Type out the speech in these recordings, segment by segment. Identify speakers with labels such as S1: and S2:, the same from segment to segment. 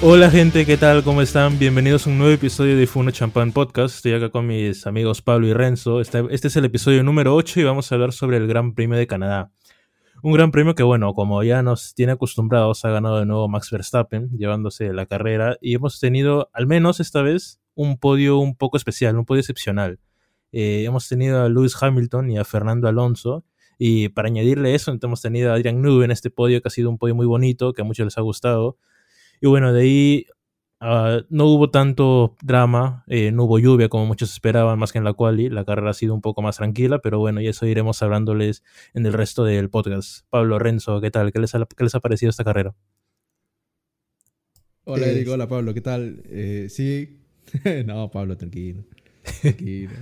S1: Hola gente, ¿qué tal? ¿Cómo están? Bienvenidos a un nuevo episodio de Funo Champán Podcast. Estoy acá con mis amigos Pablo y Renzo. Este, este es el episodio número 8 y vamos a hablar sobre el Gran Premio de Canadá. Un gran premio que, bueno, como ya nos tiene acostumbrados, ha ganado de nuevo Max Verstappen, llevándose la carrera. Y hemos tenido, al menos esta vez, un podio un poco especial, un podio excepcional. Eh, hemos tenido a Lewis Hamilton y a Fernando Alonso. Y para añadirle eso, hemos tenido a Adrian Newey en este podio, que ha sido un podio muy bonito, que a muchos les ha gustado. Y bueno, de ahí uh, no hubo tanto drama, eh, no hubo lluvia como muchos esperaban, más que en la quali. La carrera ha sido un poco más tranquila, pero bueno, y eso iremos hablándoles en el resto del podcast. Pablo, Renzo, ¿qué tal? ¿Qué les ha, qué les ha parecido esta carrera?
S2: Hola Eric, hola Pablo, ¿qué tal? Eh, sí, no Pablo, tranquilo. tranquilo.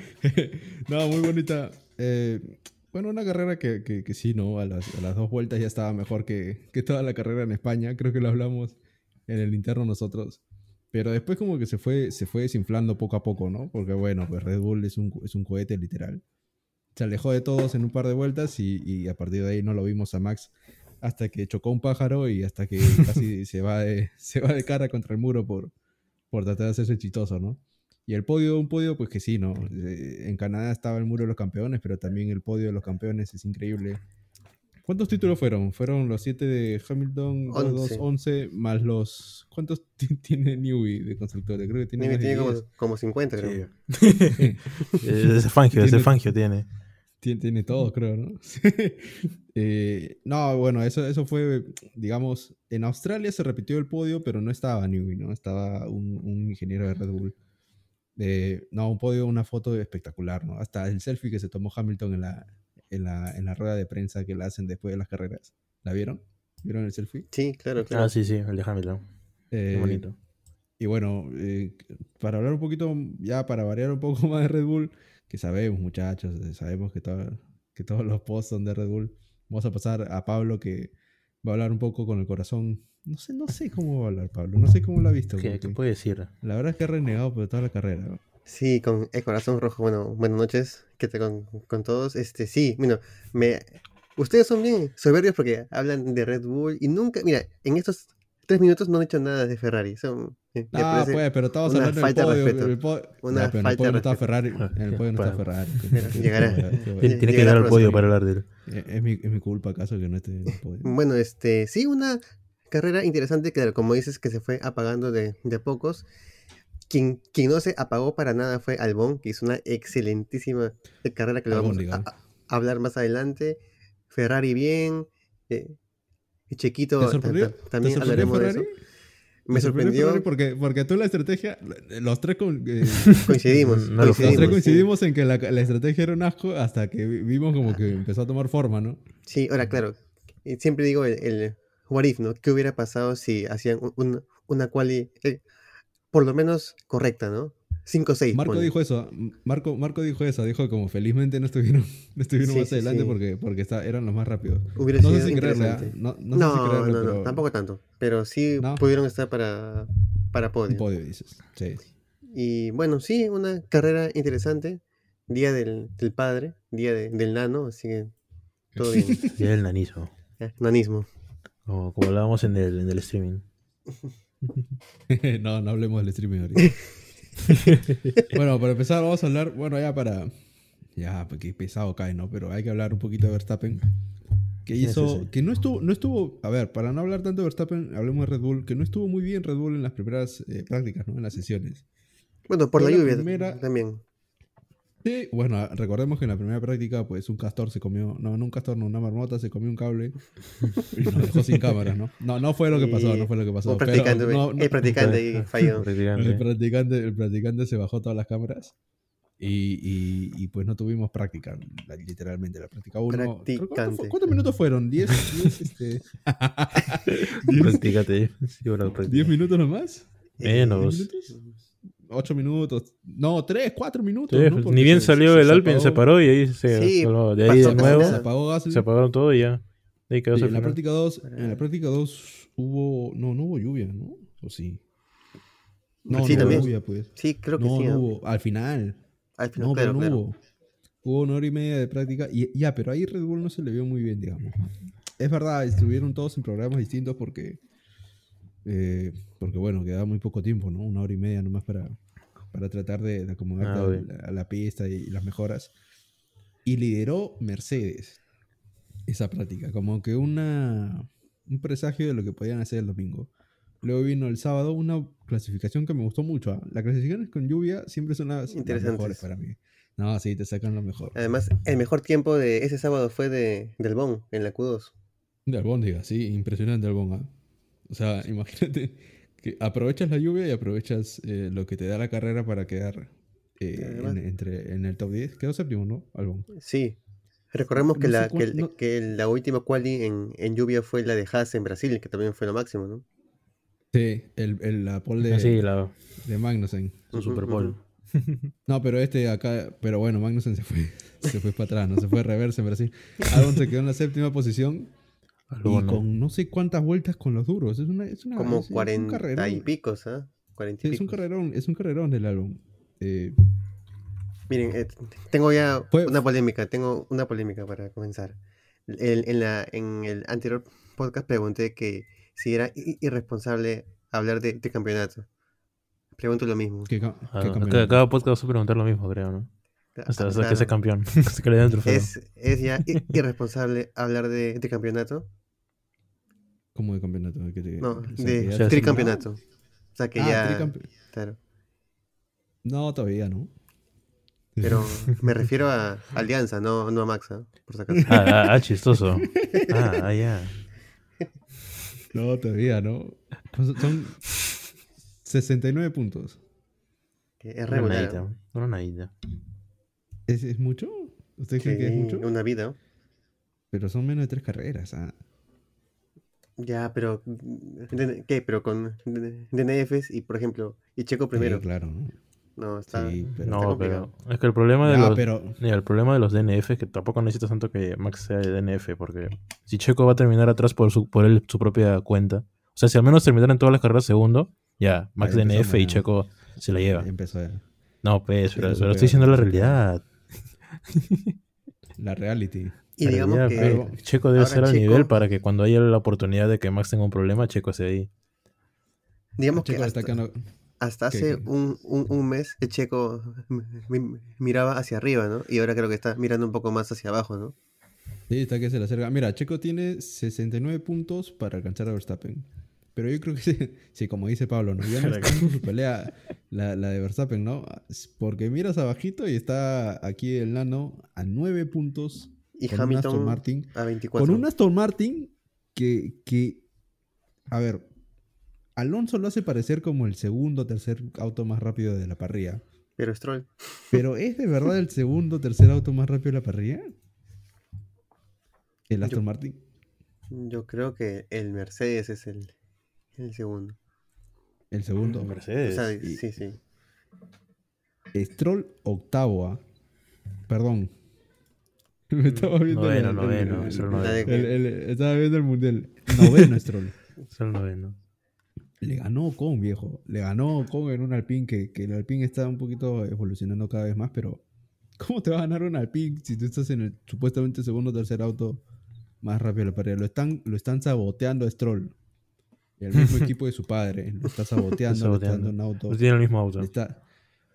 S2: no, muy bonita. Eh, bueno, una carrera que, que, que sí, ¿no? A las, a las, dos vueltas ya estaba mejor que, que, toda la carrera en España. Creo que lo hablamos en el interno nosotros. Pero después como que se fue, se fue desinflando poco a poco, ¿no? Porque bueno, pues Red Bull es un, es un cohete literal. Se alejó de todos en un par de vueltas y, y, a partir de ahí no lo vimos a Max hasta que chocó un pájaro y hasta que casi se va de, se va de cara contra el muro por, por tratar de hacerse chistoso, ¿no? Y el podio, un podio, pues que sí, ¿no? Eh, En Canadá estaba el muro de los campeones, pero también el podio de los campeones es increíble. ¿Cuántos títulos fueron? Fueron los 7 de Hamilton, 2, 2, 11, más los... ¿Cuántos tiene Newey de constructores? Creo que tiene...
S3: Newey tiene como, como, 50, creo.
S1: Sí. desde Fangio, desde Fangio tiene.
S2: Tiene, tiene todos, creo, ¿no? eh, no, bueno, eso, eso fue, digamos, en Australia se repitió el podio, pero no estaba Newey, ¿no? Estaba un, un ingeniero de Red Bull. Eh, no, un podio, una foto espectacular, ¿no? Hasta el selfie que se tomó Hamilton en la, en la, en la rueda de prensa que la hacen después de las carreras. ¿La vieron? ¿Vieron el selfie?
S3: Sí, claro, claro.
S1: Ah, sí, sí, el de Hamilton. Eh, Qué bonito.
S2: Y bueno, eh, para hablar un poquito, ya para variar un poco más de Red Bull, que sabemos, muchachos, eh, sabemos que, todo, que todos los posts son de Red Bull. Vamos a pasar a Pablo que va a hablar un poco con el corazón no sé, no sé cómo va a hablar Pablo, no sé cómo lo ha visto.
S1: ¿Qué, ¿Qué, puede decir?
S2: La verdad es que ha renegado por toda la carrera.
S3: Sí, con el corazón rojo, bueno, buenas noches, que te con, con, todos. Este, sí, bueno, me ustedes son bien soberbios porque hablan de Red Bull y nunca, mira, en estos tres minutos no han hecho nada de Ferrari. Son, eh,
S2: ah, pues, pero estamos
S3: una
S2: hablando
S3: falta
S2: del
S3: podio, el podio.
S2: Una no, pero falta de respeto. Ferrari, en el podio no está Ferrari. Llegará.
S1: Tiene que llegar al podio para hablar de él.
S2: Eh, Es mi, es mi culpa acaso que no esté en el podio.
S3: Bueno, este, sí, una carrera interesante, claro, como dices, que se fue apagando de, de pocos. Quien, quien, no se apagó para nada fue Albón, que hizo una excelentísima eh, carrera que lo vamos a, a, hablar más adelante. Ferrari bien, eh, Chequito
S2: ¿Te
S3: también
S2: ¿Te
S3: hablaremos
S2: Ferrari? de eso.
S3: Me sorprendió.
S2: sorprendió porque, porque tú la estrategia, los tres con, eh,
S3: coincidimos,
S2: no, coincidimos. Los tres coincidimos sí. en que la, la, estrategia era un asco hasta que vimos como que empezó a tomar forma, ¿no?
S3: Sí, ahora claro. eh, Siempre digo el, el what if, ¿no? ¿Qué hubiera pasado si hacían un, un, una quali eh, por lo menos correcta, ¿no? 5 6.
S2: Marco bueno. dijo eso, Marco, Marco dijo eso, dijo que como felizmente no estuvieron, no estuvieron sí, más adelante sí. porque, porque está, eran los más rápidos.
S3: Hubiera
S2: no
S3: sido
S2: sé si ¿ah?
S3: creerle,
S2: no, no, no, sé si creerle,
S3: no, no pero... tampoco tanto, pero sí ¿No? pudieron estar para, para podio.
S2: podio dices. Sí.
S3: Y bueno, sí, una carrera interesante, día del, del padre, día de, del nano, así que todo bien.
S1: día del nanismo.
S3: Eh, nanismo.
S1: Como, como, hablábamos en el, en el streaming.
S2: no, no hablemos del streaming ahorita. bueno, para empezar, vamos a hablar. Bueno, ya para. Ya, porque pesado cae, ¿no? Pero hay que hablar un poquito de Verstappen. Que hizo. Sí, sí, sí. Que no estuvo, no estuvo. A ver, para no hablar tanto de Verstappen, hablemos de Red Bull. Que no estuvo muy bien Red Bull en las primeras eh, prácticas, ¿no? En las sesiones.
S3: Bueno, por Fue la, lluvia primera... también.
S2: Sí, bueno, recordemos que en la primera práctica, pues un castor se comió, no, no un castor, no, una marmota se comió un cable y nos dejó sin cámara, ¿no? No, no fue lo que pasó, no fue lo que pasó.
S3: Un practicante, no, no, el practicante
S2: El
S3: falló.
S2: practicante, el practicante se bajó todas las cámaras y, y, y pues no tuvimos práctica, literalmente, la práctica 1.
S3: ¿cuánto fue,
S2: ¿Cuántos minutos fueron? ¿10? este...
S1: Practicate, sí, bueno,
S2: ¿10 minutos nomás?
S1: Menos.
S2: ¿10 minutos? 8 minutos, no, 3, 4 minutos. Sí, ¿no?
S1: pues, Ni bien salió se, el Alpin, se paró y ahí se sí, solo, de ahí de nuevo
S2: se apagó Gasly.
S1: Se apagaron todo y ya. Ahí quedó
S2: sí, en, la práctica 2, en la práctica 2 hubo no no hubo lluvia, ¿no? O sí. No,
S3: Pues sí,
S2: no
S3: también.
S2: hubo lluvia, pues.
S3: Sí, creo que
S2: no,
S3: sí.
S2: No, hubo al final.
S3: Al final
S2: no,
S3: claro,
S2: pero
S3: claro.
S2: no hubo. Hubo una hora y media de práctica y ya, pero ahí Red Bull no se le vio muy bien, digamos. Es verdad, estuvieron todos en programas distintos porque eh, porque bueno, quedaba muy poco tiempo, ¿no? Una hora y media nomás para, para tratar de, de acomodarte
S1: Ah,
S2: a
S1: bien.
S2: la- a, la pista y las mejoras. Y lideró Mercedes esa práctica, como que una, un presagio de lo que podían hacer el domingo. Luego vino el sábado una clasificación que me gustó mucho. ¿ah? Las clasificaciones con lluvia siempre son las, las
S3: Interesantes. Eh,
S2: mejores para mí. No, sí, te sacan lo mejor.
S3: Además, el mejor tiempo de ese sábado fue de, del Bon, en la Q2.
S2: De albóndiga, sí, impresionante albóndiga. O sea, imagínate que aprovechas la lluvia y aprovechas eh, lo que te da la carrera para quedar eh,
S3: Además-
S2: en, entre, en el top 10. Quedó séptimo, ¿no? Albón.
S3: Sí. Recordemos que,
S2: No sé
S3: la, que,
S2: cuál-
S3: el-
S2: no-
S3: que la última quali en, en lluvia fue la de Haas en Brasil, que también fue lo máximo, ¿no?
S2: Sí, el, el- la pole de,
S1: Así, la,
S2: de Magnussen.
S1: su
S3: Ujú,
S1: Super Bowl.
S3: ujú.
S2: No, pero este acá, pero bueno, Magnussen se fue, se fue para atrás, no se fue reversa en Brasil. Albon se quedó en la séptima posición
S1: Algo,
S2: y
S1: ¿no?
S2: con no sé cuántas vueltas con los duros. Es una, es una-
S3: Como
S2: Ah, es- es un
S3: cuarenta y
S2: carrerón.
S3: picos, ¿ah? Cuarenta
S2: Sí,
S3: y
S2: es un
S3: picos.
S2: carrerón, es un carrerón del álbum. Eh,
S3: Miren, eh, tengo ya
S1: Pues
S2: Fue-
S3: una polémica, tengo una polémica para comenzar. El- en, la, en el anterior podcast pregunté que si era i- irresponsable hablar de, de campeonato. Pregunto lo mismo.
S2: ¿qué ca-
S1: Ah,
S2: qué
S1: no.
S2: campeonato?
S1: cada, cada podcast va a preguntar lo mismo, creo, ¿no?
S2: Ah,
S3: Ah,
S1: Hasta, hasta que sea
S3: Claro,
S1: campeón. hasta que le den el trofeo.
S3: ¿Es, es ya i- irresponsable hablar de, de campeonato?
S2: ¿Cómo de campeonato? ¿De qué te-
S3: No,
S2: o sea,
S3: de
S2: que ya
S1: sea,
S2: se-
S3: tricampeonato. O sea que
S2: Ah,
S3: ya.
S2: tricampe-
S3: Claro.
S2: No, todavía no.
S3: Pero me refiero a Alianza, no, no a Maxa, por si acaso.
S1: Ah, ah, ah, chistoso. Ah, ah, ya.
S2: No, todavía no. Son- Son 69 puntos.
S3: que Es
S1: Una
S3: regular.
S1: nadita. Una nadita.
S2: ¿Es, es mucho? ¿Usted cree que es mucho?
S3: Una vida.
S2: Pero son menos de tres carreras. ah.
S3: Ya, pero mm, ¿qué? Pero con DNFs y por ejemplo, y Checo primero.
S2: Sí, claro, ¿no?
S3: No, está.
S2: Sí, pero...
S3: está
S1: No,
S3: complicado.
S1: pero es que el problema de
S2: Ya,
S1: los
S2: pero-
S1: mira, el problema de los DNF es que tampoco necesitas tanto que Max sea de DNF porque si Checo va a terminar atrás por su por él, su propia cuenta, o sea, si al menos terminaran todas las carreras segundo, ya Max
S2: Ahí empezó
S1: DNF y
S2: mal.
S1: Checo se la lleva.
S2: Empezó ya.
S1: No, pues,
S2: Sí,
S1: pero, pero
S2: empezó peor.
S1: estoy diciendo la realidad.
S2: la reality.
S3: Y
S1: La
S3: digamos
S1: realidad,
S3: que
S2: pero-
S1: pues, Checo debe
S3: ahora
S1: ser al
S3: Checo-
S1: nivel para que cuando haya la oportunidad de que Max tenga un problema, Checo esté ahí.
S3: digamos que
S2: Checo
S3: hasta,
S2: destacando-
S3: hasta
S2: que-
S3: hace
S2: que-
S3: un, un, un mes el Checo mi- mi- miraba hacia arriba, ¿no? Y ahora creo que está mirando un poco más hacia abajo, ¿no?
S2: Sí, está que se le acerca. Mira, Checo tiene 69 puntos para alcanzar a Verstappen. Pero yo creo que sí, sí, como dice Pablo, ¿no? Ya no
S1: La
S2: está en su pelea la, la de Verstappen, ¿no? Porque miras abajito y está aquí el nano a 9 puntos
S3: Y
S2: con un Aston
S3: Hamilton
S2: Martin.
S3: a 24.
S2: Con un Aston Martin que, que... A ver, Alonso lo hace parecer como el segundo o tercer auto más rápido de la parrilla.
S3: Pero Stroll.
S2: ¿Pero es de verdad el segundo o tercer auto más rápido de la parrilla? El Aston
S3: Yo-
S2: Martin.
S3: Yo creo que el Mercedes es el, el segundo.
S2: El segundo.
S3: O sea,
S1: Mercedes.
S2: y-
S3: sí, sí.
S2: Stroll octavo. ah. Perdón. Me estaba viendo la-
S1: Noveno,
S2: el-
S1: noveno,
S2: el-
S1: es el
S3: La de-
S1: noveno.
S2: el- el- estaba viendo el mundial. Noveno Stroll.
S1: Es el noveno.
S2: Le ganó Ocon, viejo. Le ganó Ocon en un Alpine que, que el Alpine está un poquito evolucionando cada vez más, pero ¿cómo te va a ganar un Alpine si tú estás en el supuestamente segundo o tercer auto más rápido de la pared? Lo están, lo están saboteando a Stroll. Y el mismo equipo de su padre. Lo está saboteando, le está
S1: Saboteando.
S2: dando un auto.
S1: No Pues tiene el mismo auto.
S2: Le está-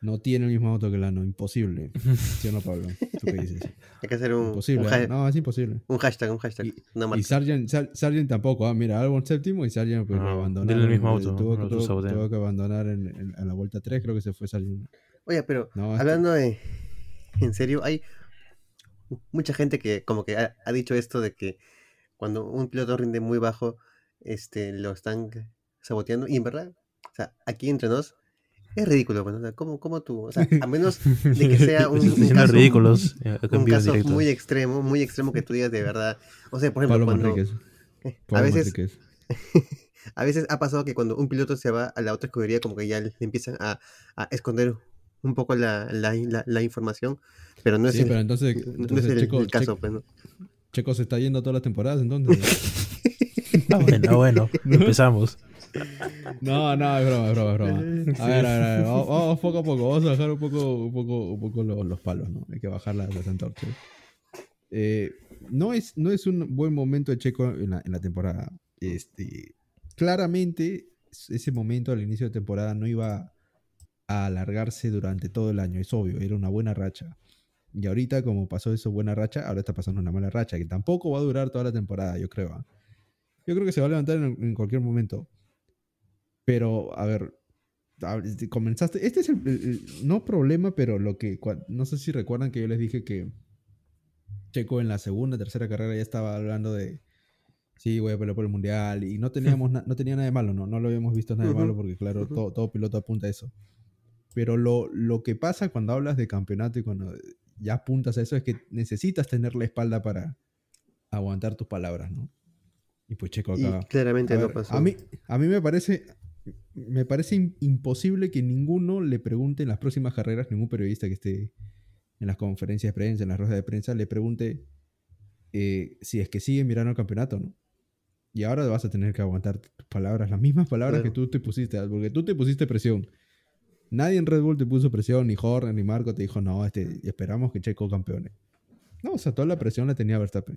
S2: no tiene el mismo auto que Lano, imposible. ¿Sí o no, Pablo? ¿Tú qué dices?
S3: Hay que hacer un, un,
S2: Imposible.
S3: ha-
S2: ¿eh? No, es imposible.
S3: un hashtag, un hashtag.
S2: Y-
S3: una
S2: Y
S3: marca.
S2: Sargent, Sar- Sargent tampoco. Ah, mira, Albon séptimo y Sargent pues,
S1: No,
S2: lo abandonaron.
S1: denle el Ah, mismo
S2: Eh,
S1: auto,
S2: Tuvo,
S1: no,
S2: tuvo-
S1: lo sabotean.
S2: tuvo que abandonar en, en- a la vuelta 3, creo que se fue Sargent.
S3: Oye, pero
S2: No, este-
S3: hablando de... En serio, hay mucha gente que como que ha, ha dicho esto de que cuando un piloto rinde muy bajo, este, lo están c- saboteando. Y en verdad, o sea, aquí entre nos, es ridículo. Bueno, o sea, ¿cómo, cómo tú? O sea, a menos de que sea un,
S1: Estás
S3: un
S1: diciendo
S3: caso,
S1: ridículos. eh, acá en
S3: un
S1: vivo, en
S3: caso
S1: directo.
S3: muy extremo, muy extremo que tú digas de verdad. O sea, por
S2: Pablo
S3: ejemplo, cuando...
S2: Manríquez.
S3: A
S2: Pablo
S3: veces,
S2: Manríquez.
S3: a veces ha pasado que cuando un piloto se va a la otra escudería, como que ya le empiezan a, a esconder un poco la, la- la- la información, pero no es
S2: Sí,
S3: el,
S2: pero entonces,
S3: no- no
S2: entonces
S3: es el-
S2: Checo,
S3: el caso.
S2: Checo-
S3: pues, ¿no?
S2: Checo se está yendo todas las temporadas, entonces.
S1: Ah, bueno, ah, bueno. Empezamos.
S2: no, no, es broma, es broma, es broma. A ver, a ver, a ver, vamos, vamos poco a poco. Vamos a bajar un poco, un poco, un poco los, los palos, ¿no? Hay que bajar las, las antorchas. Eh, no, es, no es un buen momento de Checo en la, en la temporada. Este, claramente ese momento al inicio de temporada no iba a alargarse durante todo el año, es obvio, era una buena racha. Y ahorita, como pasó esa buena racha, ahora está pasando una mala racha, que tampoco va a durar toda la temporada, yo creo. ¿eh? Yo creo que se va a levantar en, en cualquier momento. Pero, a ver, comenzaste. Este es el, el- no problema, pero lo que. cua- No sé si recuerdan que yo les dije que Checo en la segunda, tercera carrera ya estaba hablando de. Sí, voy a pelear por el mundial. Y no teníamos na- no tenía nada de malo, ¿no? No lo habíamos visto nada de
S3: Ujú,
S2: malo porque, claro,
S3: ujú.
S2: todo, todo piloto apunta a eso. Pero lo, lo que pasa cuando hablas de campeonato y cuando ya apuntas a eso es que necesitas tener la espalda para aguantar tus palabras, ¿no? Y pues Checo
S3: Y
S2: acá.
S3: claramente
S2: A
S3: no
S2: ver,
S3: pasó.
S2: A mí, a mí me parece, me parece im- imposible que ninguno le pregunte en las próximas carreras, ningún periodista que esté en las conferencias de prensa, en las ruedas de prensa, le pregunte eh, si es que sigue mirando el campeonato, ¿no? Y ahora vas a tener que aguantar tus palabras, las mismas palabras
S3: Claro.
S2: que tú te pusiste, ¿ah? porque tú te pusiste presión. Nadie en Red Bull te puso presión, ni Horner, ni Marco te dijo, no, este, esperamos que Checo campeone. No, o sea, toda la presión la tenía Verstappen.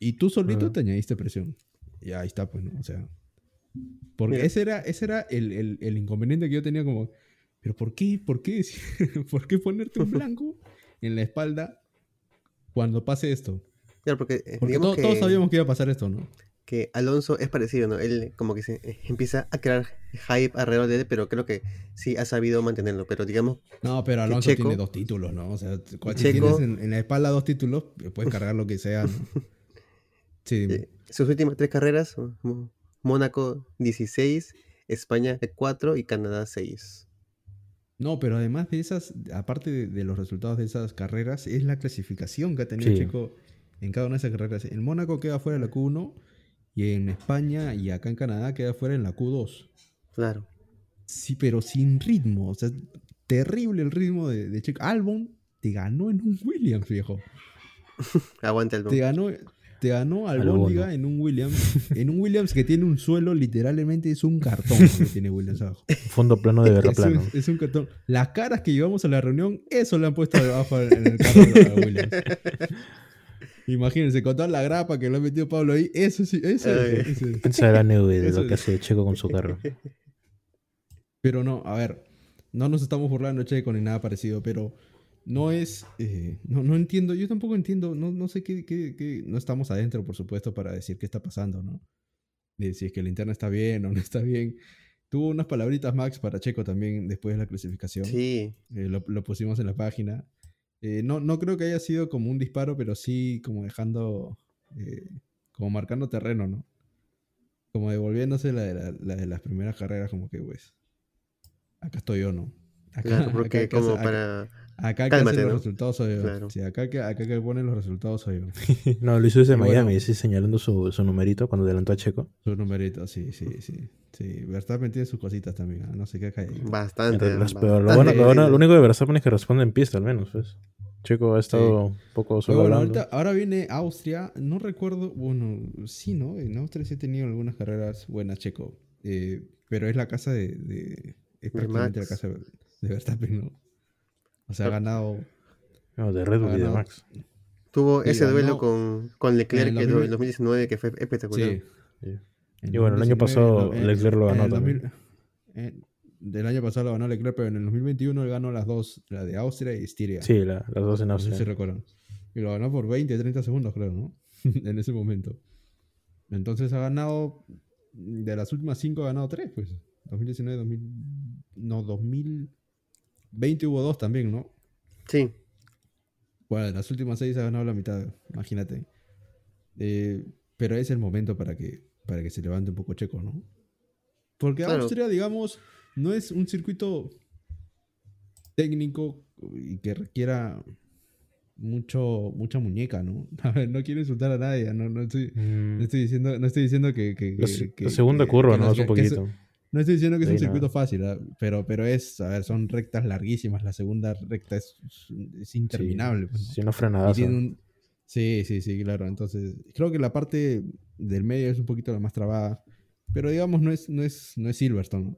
S2: Y tú solito
S1: Ajá.
S2: te añadiste presión. Y ahí está, pues, ¿no? O sea. Porque
S3: Mira.
S2: ese era, ese era el, el- el inconveniente que yo tenía como. Pero ¿por qué? ¿Por qué? ¿Por qué ponerte un blanco en la espalda cuando pase esto?
S3: Claro, porque, eh,
S2: Porque
S3: digamos
S2: to-
S3: que,
S2: todos sabíamos que iba a pasar esto, ¿no?
S3: que Alonso es parecido, ¿no? Él como que se eh, empieza a crear hype alrededor de él, pero creo que sí ha sabido mantenerlo. Pero digamos,
S2: No, pero Alonso
S3: Checo-
S2: tiene dos títulos, ¿no? O sea, cuando
S3: Checo-
S2: tienes en, en la espalda dos títulos, puedes cargar lo que sea. ¿no? Sí, dime.
S3: eh, sus últimas tres carreras, Mo- Mónaco 16, España 4 y Canadá 6.
S2: No, pero además de esas, aparte de, de los resultados de esas carreras, es la clasificación que ha tenido
S1: Sí.
S2: Checo en cada una de esas carreras. En Mónaco queda fuera en la Q1 y en España y acá en Canadá queda fuera en la Q2.
S3: Claro.
S2: Sí, pero sin ritmo. O sea, terrible el ritmo de, de Checo. Albon te ganó en un Williams, viejo.
S3: Aguanta el
S2: Te ganó, te ganó Albóndiga en un Williams. En un Williams que tiene un suelo, literalmente es un cartón lo que tiene Williams abajo.
S1: Fondo plano de verga
S2: Es un,
S1: plano.
S2: es un cartón. Las caras que llevamos a la reunión, eso le han puesto debajo en el carro a Williams. Imagínense, con toda la grapa que le ha metido Pablo ahí, eso sí, eso,
S3: Ay.
S2: eso es.
S1: Pensará Newey de
S2: Eso
S1: lo que
S2: es.
S1: hace Checo con su carro.
S2: Pero no, a ver, no nos estamos burlando, Checo, ni nada parecido, pero no es, eh, no, no entiendo, yo tampoco entiendo, no, no sé qué, qué- qué- no estamos adentro, por supuesto, para decir qué está pasando, ¿no? De si es que el interno está bien o no está bien. Tuvo unas palabritas, Max, para Checo también después de la clasificación.
S3: Sí,
S2: Eh, lo, lo pusimos en la página. Eh, no, no creo que haya sido como un disparo, pero sí como dejando, eh, como marcando terreno, ¿no? Como devolviéndose la de, la- la de las primeras carreras, como que, pues, acá estoy yo, ¿no? Acá,
S3: claro, porque
S2: acá que
S3: como
S2: hace- acá-
S3: para...
S2: acá que
S3: Cálmate,
S2: hace los
S3: ¿no?
S2: resultados soy yo.
S3: Claro.
S2: Sí, acá, que, acá que pone los resultados soy yo.
S1: No, lo hizo desde
S2: Y bueno.
S1: Miami, sí, señalando su, su numerito cuando adelantó a Checo.
S2: Su numerito, sí, sí, sí. Sí, Verstappen tiene sus cositas también, ¿ah? no sé qué cae.
S3: Bastante.
S1: Pero las-
S3: bastante
S1: pero lo, bueno, lo, bueno-
S3: bien.
S1: lo único de Verstappen es que responde en pista, al menos. pues. Checo ha estado un poco
S2: Pero
S1: solo
S2: bueno,
S1: hablando.
S2: ahorita- ahora viene Austria. No recuerdo, bueno, sí, ¿no? En Austria sí he tenido algunas carreras buenas, Checo. Eh, pero es la casa de. de- es prácticamente la
S3: Max.
S2: casa de de Verstappen, ¿no? O sea, ha
S3: Claro.
S2: ganado.
S1: No, de Red Bull y de
S2: Ah, no.
S1: Max.
S3: Tuvo
S2: Sí,
S3: ese duelo
S2: ganó.
S3: con, con Leclerc
S2: En la
S3: que
S2: primer-
S3: en 2019 que fue espectacular.
S2: Sí.
S1: Sí.
S2: En
S1: Y bueno, el año
S2: 2019,
S1: pasado
S2: en- en-
S1: Leclerc lo
S2: en
S1: ganó
S2: el
S1: también.
S2: 2000 en- del año pasado lo ganó Leclerc, pero en el 2021 él ganó las dos, la de Austria y Estiria.
S1: Sí, la- las dos en
S2: No sé si
S1: Austria.
S2: recuerdan. Y lo ganó por 20, 30 segundos, creo, ¿no? en ese momento. Entonces ha ganado. De las últimas 5 ha ganado 3, pues. 2019, 2000. No, 2020 hubo 2 también, ¿no?
S3: Sí,
S2: Bueno, de las últimas 6 ha ganado la mitad, imagínate. Eh, pero es el momento para que, para que se levante un poco Checo, ¿no? Porque
S3: Claro.
S2: Austria, digamos, no es un circuito técnico y que requiera mucho, mucha muñeca, ¿no? A ver, no quiero insultar a nadie, no, no estoy,
S1: Mm,
S2: no estoy diciendo, no estoy diciendo que, que-
S1: La,
S2: Este, que-
S1: se-
S2: que-
S1: la segunda
S2: que-
S1: curva,
S2: que
S1: ¿no? Es un
S2: que- que es-
S1: poquito.
S2: no estoy diciendo que es
S1: Sí,
S2: un
S1: no.
S2: circuito fácil, ¿ah? pero, pero es, a ver, son rectas larguísimas, la segunda recta es, es interminable. pues, ¿no?
S1: Sí, una
S2: Y
S1: frenadaza.
S2: tiene un- Sí, sí, sí, claro. Entonces, creo que la parte del medio es un poquito la más trabada. Pero digamos, no es, no es, no es Silverstone,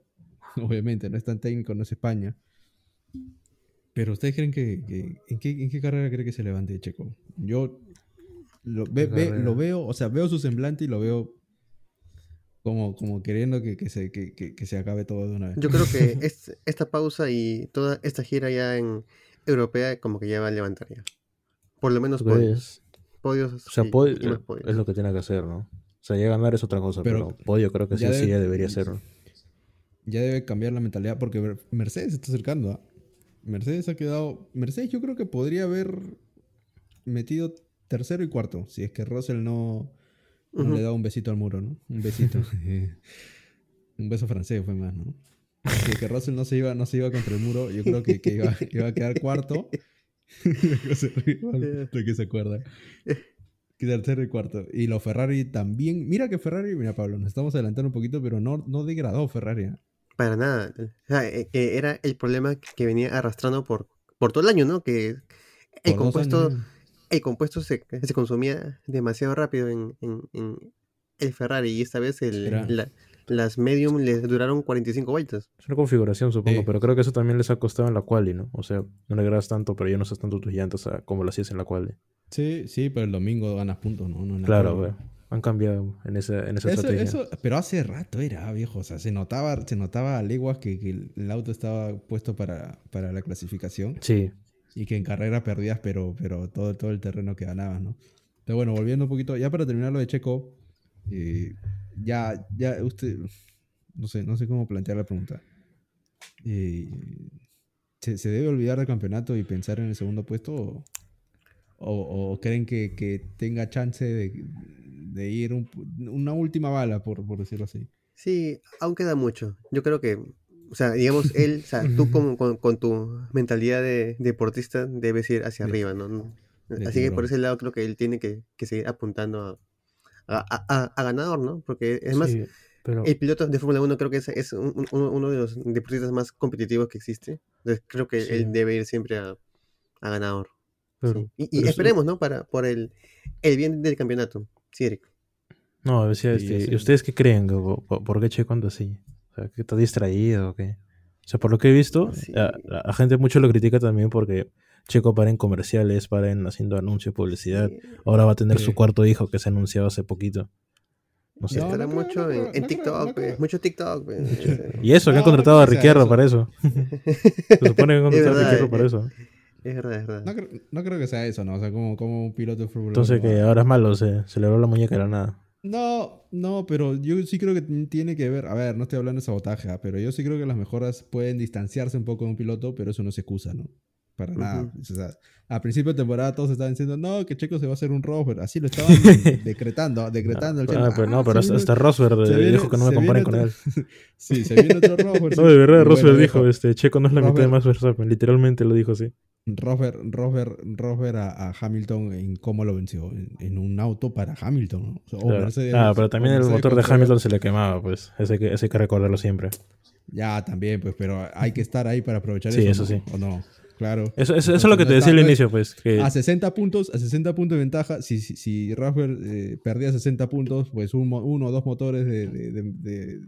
S2: ¿no? Obviamente, no es tan técnico, no es España. Pero ustedes creen que, que- en, qué, en qué carrera cree que se levante Checo? Yo lo, ve-
S1: ¿Qué
S2: ve-
S1: carrera?
S2: lo veo, o sea, veo su semblante y lo veo como, como queriendo que, que se, que, que- que se acabe todo de una vez.
S3: Yo creo que es- esta pausa y toda esta gira ya en europea como que ya va a levantar ya. Por lo menos
S1: ¿Tú
S3: podios.
S1: crees?
S3: Podios.
S1: Pues, O sea,
S3: sí,
S1: podio
S3: y más podios.
S1: es lo que tiene que hacer, ¿no? O sea, ya ganar es otra cosa, pero,
S2: Pero
S1: podio creo que sí,
S2: ya
S1: sí,
S2: debe-
S1: ya debería ser. ¿no?
S2: Ya debe cambiar la mentalidad porque Mer- Mercedes se está acercando. ¿ah? Mercedes ha quedado. Mercedes yo creo que podría haber metido tercero y cuarto. Si es que Russell no, no
S3: Ujú.
S2: le da un besito al muro, ¿no? Un besito. un beso francés fue más, ¿no? Si es que Russell no se iba, no se iba contra el muro, yo creo que, que iba, iba a quedar cuarto. se ríe, bueno, lo que se acuerda. Que Tercero y cuarto. Y los Ferrari también. Mira que Ferrari, mira Pablo, nos estamos adelantando un poquito, pero no, no degradó Ferrari. ¿ah?
S3: Para nada. O sea, eh, eh, era el problema que venía arrastrando por, por todo el año, ¿no? Que el
S2: Por dos
S3: compuesto,
S2: años, ¿no?
S3: el compuesto se, se consumía demasiado rápido en, en- en el Ferrari y esta vez el,
S2: Era-
S3: la- las medium les duraron 45 vueltas.
S1: Es una configuración, supongo,
S2: Sí.
S1: pero creo que eso también les ha costado en la quali, ¿no? O sea, no le grabas tanto, pero ya no usas tanto tus llantas a- como lo hacías en la quali.
S2: Sí, sí, pero el domingo ganas puntos, ¿no? No en la
S1: Claro,
S2: carrera.
S1: güey. Han cambiado en esa, en esa
S2: Eso,
S1: estrategia.
S2: eso- pero hace rato era, viejo. O sea, se notaba, se notaba a leguas que, que el- el auto estaba puesto para, para la clasificación
S1: Sí,
S2: y que en carrera perdías, pero, pero todo, todo el terreno que ganabas, ¿no? Pero bueno, volviendo un poquito, ya para terminar lo de Checo, eh, ya, ya, usted, no sé, no sé cómo plantear la pregunta. Eh, ¿se, se debe olvidar del campeonato y pensar en el segundo puesto? ¿O, o- o creen que, que tenga chance de, de ir un- una última bala, por, por decirlo así?
S3: Sí, aún queda mucho. Yo creo que, o sea, digamos, él, o sea, tú como- con, con tu mentalidad de deportista debes ir hacia
S2: De-
S3: arriba, ¿no? eh,
S2: de
S3: Así que
S2: tiburón.
S3: por ese lado creo que él tiene que, que seguir apuntando a, a- a- a- a ganador, ¿no? Porque es más, eh,
S1: sí, pero...
S3: el piloto de Fórmula 1 creo que es, es un- un- uno, uno de los deportistas más competitivos que existe. Entonces creo que
S1: Sí.
S3: él debe ir siempre a, a ganador.
S1: pero-
S3: sí. Y- Y,
S1: pero es-
S3: esperemos, ¿no? Para, por el, el bien del campeonato. Sí, Eric.
S1: No, decía,
S2: Sí,
S1: este,
S2: ese-
S1: ¿y ustedes qué creen? ¿Por, por, por qué Checo anda así? O sea, ¿que está distraído o qué? O sea, por lo que he visto,
S3: Sí.
S1: a- la, la gente mucho lo critica también porque Checo para en comerciales, para en haciendo anuncios, publicidad.
S3: Sí.
S1: Ahora va a tener
S2: Sí.
S1: su cuarto hijo que se anunció hace poquito. No sé.
S2: No,
S3: Estará
S2: creo,
S3: mucho
S2: no creo,
S3: en, en
S2: no creo,
S3: TikTok,
S2: no
S3: pues,
S2: creo.
S3: mucho TikTok. pues.
S1: Y eso, que han
S2: No, no
S1: contratado a
S2: creo que sea
S1: Riquierro
S2: Ah, eso.
S1: para eso. Se supone que han contratado a
S3: verdad,
S1: Riquierro
S3: eh.
S1: para eso.
S3: Es verdad, es verdad.
S2: No creo, no creo que sea eso, ¿no? O sea, como, como un piloto de Fórmula
S1: Entonces
S2: uno,
S1: que
S2: ¿no?
S1: ahora es malo, se, se le va la muñeca de la nada.
S2: No, no, pero yo sí creo que t- tiene que ver, a ver, no estoy hablando de sabotaje, ¿ah? pero yo sí creo que las mejoras pueden distanciarse un poco de un piloto, pero eso no se excusa, ¿no? Para nada. O sea, a principio de temporada todos estaban diciendo, no, que Checo se va a hacer un rover, así lo estaban decretando, decretando el
S1: Ah,
S2: tema.
S1: pero no,
S2: Ah,
S1: pero
S2: se
S1: hasta,
S2: viene-
S1: hasta Rosberg eh,
S2: se viene-
S1: dijo que no me
S2: se
S1: comparen
S2: viene
S1: con
S2: otro-
S1: él.
S2: Sí, se viene otro rover.
S1: No, de verdad,
S2: Y bueno,
S1: Rosberg dijo, este, Checo no es la mitad de
S2: Rosberg-
S1: Max Verstappen. Literalmente lo dijo así.
S2: Rosberg, Rosberg, Rosberg a, a Hamilton en cómo lo venció, en, en un auto para Hamilton, ¿no? O sea, o
S1: Claro.
S2: Mercedes-
S1: ah, pero también
S2: o
S1: el
S2: Mercedes
S1: motor de
S2: contra-
S1: Hamilton se le quemaba, pues. Ese que, ese hay que recordarlo siempre.
S2: Ya, también, pues, pero hay que estar ahí para aprovechar
S1: Sí,
S2: eso.
S1: eso
S2: ¿no? ¿O no? Claro.
S1: Eso, eso, eso es
S2: Entonces,
S1: lo que
S2: no
S1: te
S2: está-
S1: decía al
S2: no es-
S1: inicio, pues. Que,
S2: A 60 puntos, a 60 puntos de ventaja. Si, si, si Rosberg, eh, perdía 60 puntos, pues un mo- uno o dos motores de, de, de- de-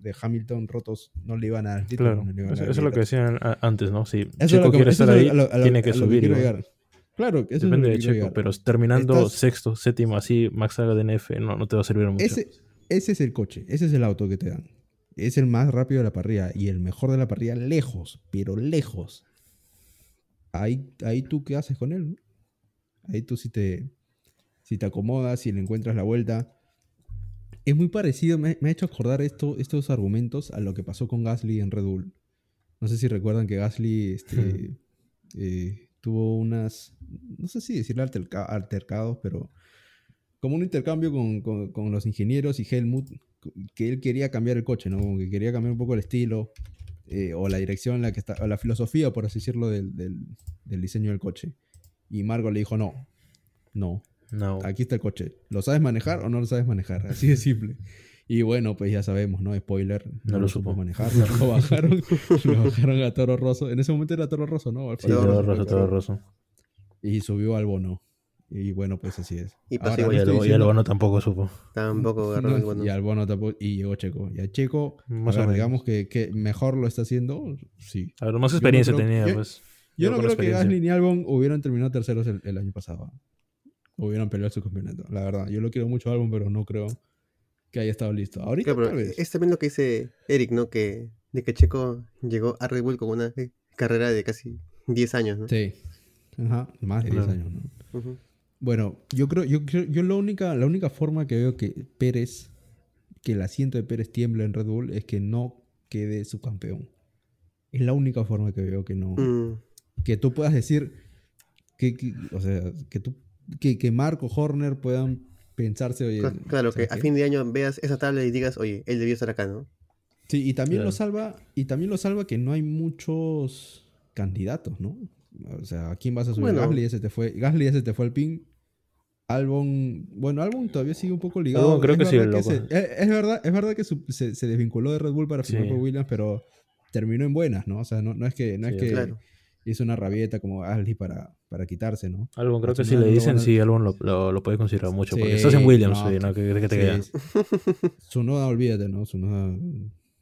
S2: de Hamilton rotos no le iban a dar título,
S1: claro,
S2: no le iban a
S1: eso,
S2: dar
S1: eso es lo que
S2: grieta.
S1: decían a- antes, ¿no? Si
S2: Eso es
S1: Checo
S2: lo que-
S1: quiere
S2: eso
S1: estar
S2: es
S1: ahí,
S2: a lo- a lo-
S1: tiene que
S2: a lo
S1: subir.
S2: quiero
S1: ¿no?
S2: llegar. Claro, eso es
S1: Depende de
S2: lo que quiero
S1: Checo,
S2: llegar.
S1: pero terminando
S2: Estás-
S1: sexto, séptimo, así, Max haga DNF, no, no te va a servir mucho.
S2: Ese, ese es el coche, ese es el auto que te dan. Es el más rápido de la parrilla y el mejor de la parrilla lejos, pero lejos. Ahí, ahí tú qué haces con él. no? Ahí tú si te, si te acomodas, si le encuentras la vuelta. Es muy parecido, me, me ha hecho acordar esto, estos argumentos a lo que pasó con Gasly en Red Bull. No sé si recuerdan que Gasly este, eh, tuvo unas, no sé si decirle alterca- altercados, pero como un intercambio con, con- con los ingenieros y Helmut, que él quería cambiar el coche, ¿no? Como que quería cambiar un poco el estilo eh, o la dirección, en la que está, o la filosofía, por así decirlo, del, del- del diseño del coche. Y Margot le dijo, no, no,
S1: No.
S2: aquí está el coche. ¿Lo sabes manejar o no lo sabes manejar? Así de simple. Y bueno, pues ya sabemos, ¿no? Spoiler.
S1: No lo supo.
S2: manejar. Lo bajaron, lo bajaron a Toro Rosso. En ese momento era Toro Rosso, ¿no? Al
S1: Sí,
S2: Toro
S1: todo
S2: Rosso,
S1: roso,
S2: creo que
S1: todo
S2: era.
S1: roso.
S2: Y subió al bono. Y bueno, pues así es.
S3: Y
S2: Ahora,
S3: pasó
S1: Y
S3: igual.
S2: no
S1: el,
S2: estoy
S1: y el
S2: diciendo-
S1: Bono tampoco supo.
S3: Tampoco agarró
S2: no,
S3: el bueno.
S2: Y al bono tampoco. Y llegó Checo. Y a Checo, a
S1: Más o
S2: ver,
S1: menos.
S2: digamos que, que mejor lo está haciendo. Sí.
S1: A ver, más
S2: Yo no
S1: experiencia
S2: creo-
S1: tenía,
S2: yo-
S1: pues.
S2: Yo
S1: Llegó
S2: no
S1: con
S2: creo que
S1: experiencia.
S2: Gasly ni Albon hubieran terminado terceros el, el año pasado. Hubieran peleado su campeonato. La verdad, yo lo quiero mucho a Albon, pero no creo que haya estado listo. Ahorita
S3: Claro,
S2: tal
S3: pero
S2: vez.
S3: es también lo que dice Eric, ¿no? Que de que Checo llegó a Red Bull con una eh, carrera de casi 10 años, ¿no?
S2: Sí. Ajá, más de 10
S1: Claro.
S2: años, ¿no?
S3: Ujú.
S2: Bueno, yo creo, yo creo- yo la única, la única forma que veo que Pérez, que el asiento de Pérez tiembla en Red Bull es que no quede subcampeón. Es la única forma que veo que no,
S3: Mm,
S2: que tú puedas decir que, que- o sea, que tú, que, que Marco Horner puedan pensarse, oye,
S3: cla- claro, que
S2: ¿sabes
S3: a
S2: qué?
S3: fin de año veas esa tabla y digas, oye, él debió estar acá, ¿no?
S2: Sí, y también lo
S1: Claro.
S2: salva, y también lo salva que no hay muchos candidatos, ¿no? O sea, ¿a quién vas a subir?
S3: Bueno.
S2: Gasly ya se te fue, Gasly ya se te fue al pin. Albon, bueno, Albon todavía sigue un poco ligado.
S1: Albon creo que
S2: es
S1: sigue
S2: verdad
S1: loco.
S2: se- es, es verdad, es verdad que su- se, se desvinculó de Red Bull para firmar
S1: Sí.
S2: por Williams, pero terminó en buenas, ¿no? O sea, no, no es que, no
S1: Sí,
S2: es que
S3: claro.
S2: hizo una rabieta como Gasly para, para quitarse, ¿no?
S1: Albon, creo
S2: Al
S1: que si
S2: final
S1: le
S2: no lo
S1: dicen,
S2: van a-
S1: sí, Albon lo, lo, lo puede considerar mucho.
S2: Sí,
S1: porque estás en Williams,
S2: no,
S1: sí, no, que, que te
S2: Sí,
S1: queda.
S2: sí. Tsunoda, olvídate, ¿no? Tsunoda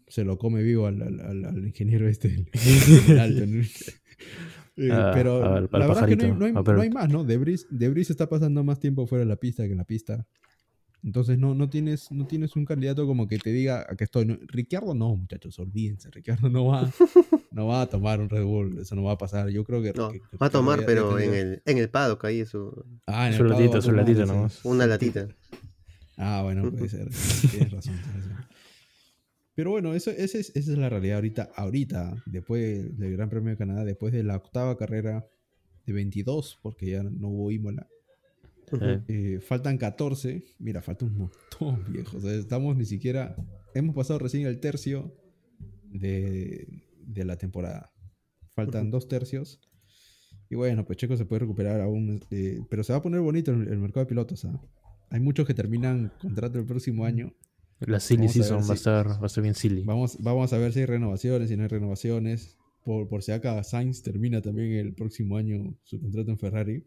S2: se lo come vivo al, al- al- al ingeniero este. el Alton. Eh,
S1: Ah,
S2: pero
S1: al- al
S2: la verdad es que no
S1: pajarito,
S2: hay, no hay-
S1: a Bert.
S2: no hay más, ¿no? Debris, Debris está pasando más tiempo fuera de la pista que en la pista. Entonces no, no, tienes, no tienes un candidato como que te diga a que estoy. No, Ricciardo no, muchachos, olvídense. Ricciardo no va, no va a tomar un Red Bull, eso no va a pasar. Yo creo que.
S3: No,
S2: que- que-
S3: va a tomar,
S2: ya- ya
S3: pero en
S2: tendría-
S3: el, en el paddock ahí su,
S2: Ah, en el
S1: Su
S2: pavo va a
S1: latita, su
S2: tomar,
S1: latita
S2: dice.
S1: nomás.
S3: una latita.
S2: Ah, bueno, puede ser. Tienes razón, tienes razón. Pero bueno, eso, esa, es, esa es la realidad ahorita, ahorita, después del Gran Premio de Canadá, después de la octava carrera de 22, porque ya no hubo Imola,
S3: Ujú.
S1: Eh,
S2: eh, faltan 14. Mira, falta un montón, viejo. O sea, estamos ni siquiera, hemos pasado recién el tercio de, de la temporada. Faltan dos tercios. Y bueno, pues Checo se puede recuperar aún, eh, pero se va a poner bonito el, el mercado de pilotos. ¿ah? Hay muchos que terminan contrato el próximo año.
S1: La silly
S2: Vamos a ver
S1: season va a
S2: si-
S1: estar, va a estar bien silly.
S2: Vamos, vamos a ver si hay renovaciones, si no hay renovaciones. Por, por si acá Sainz termina también el próximo año su contrato en Ferrari.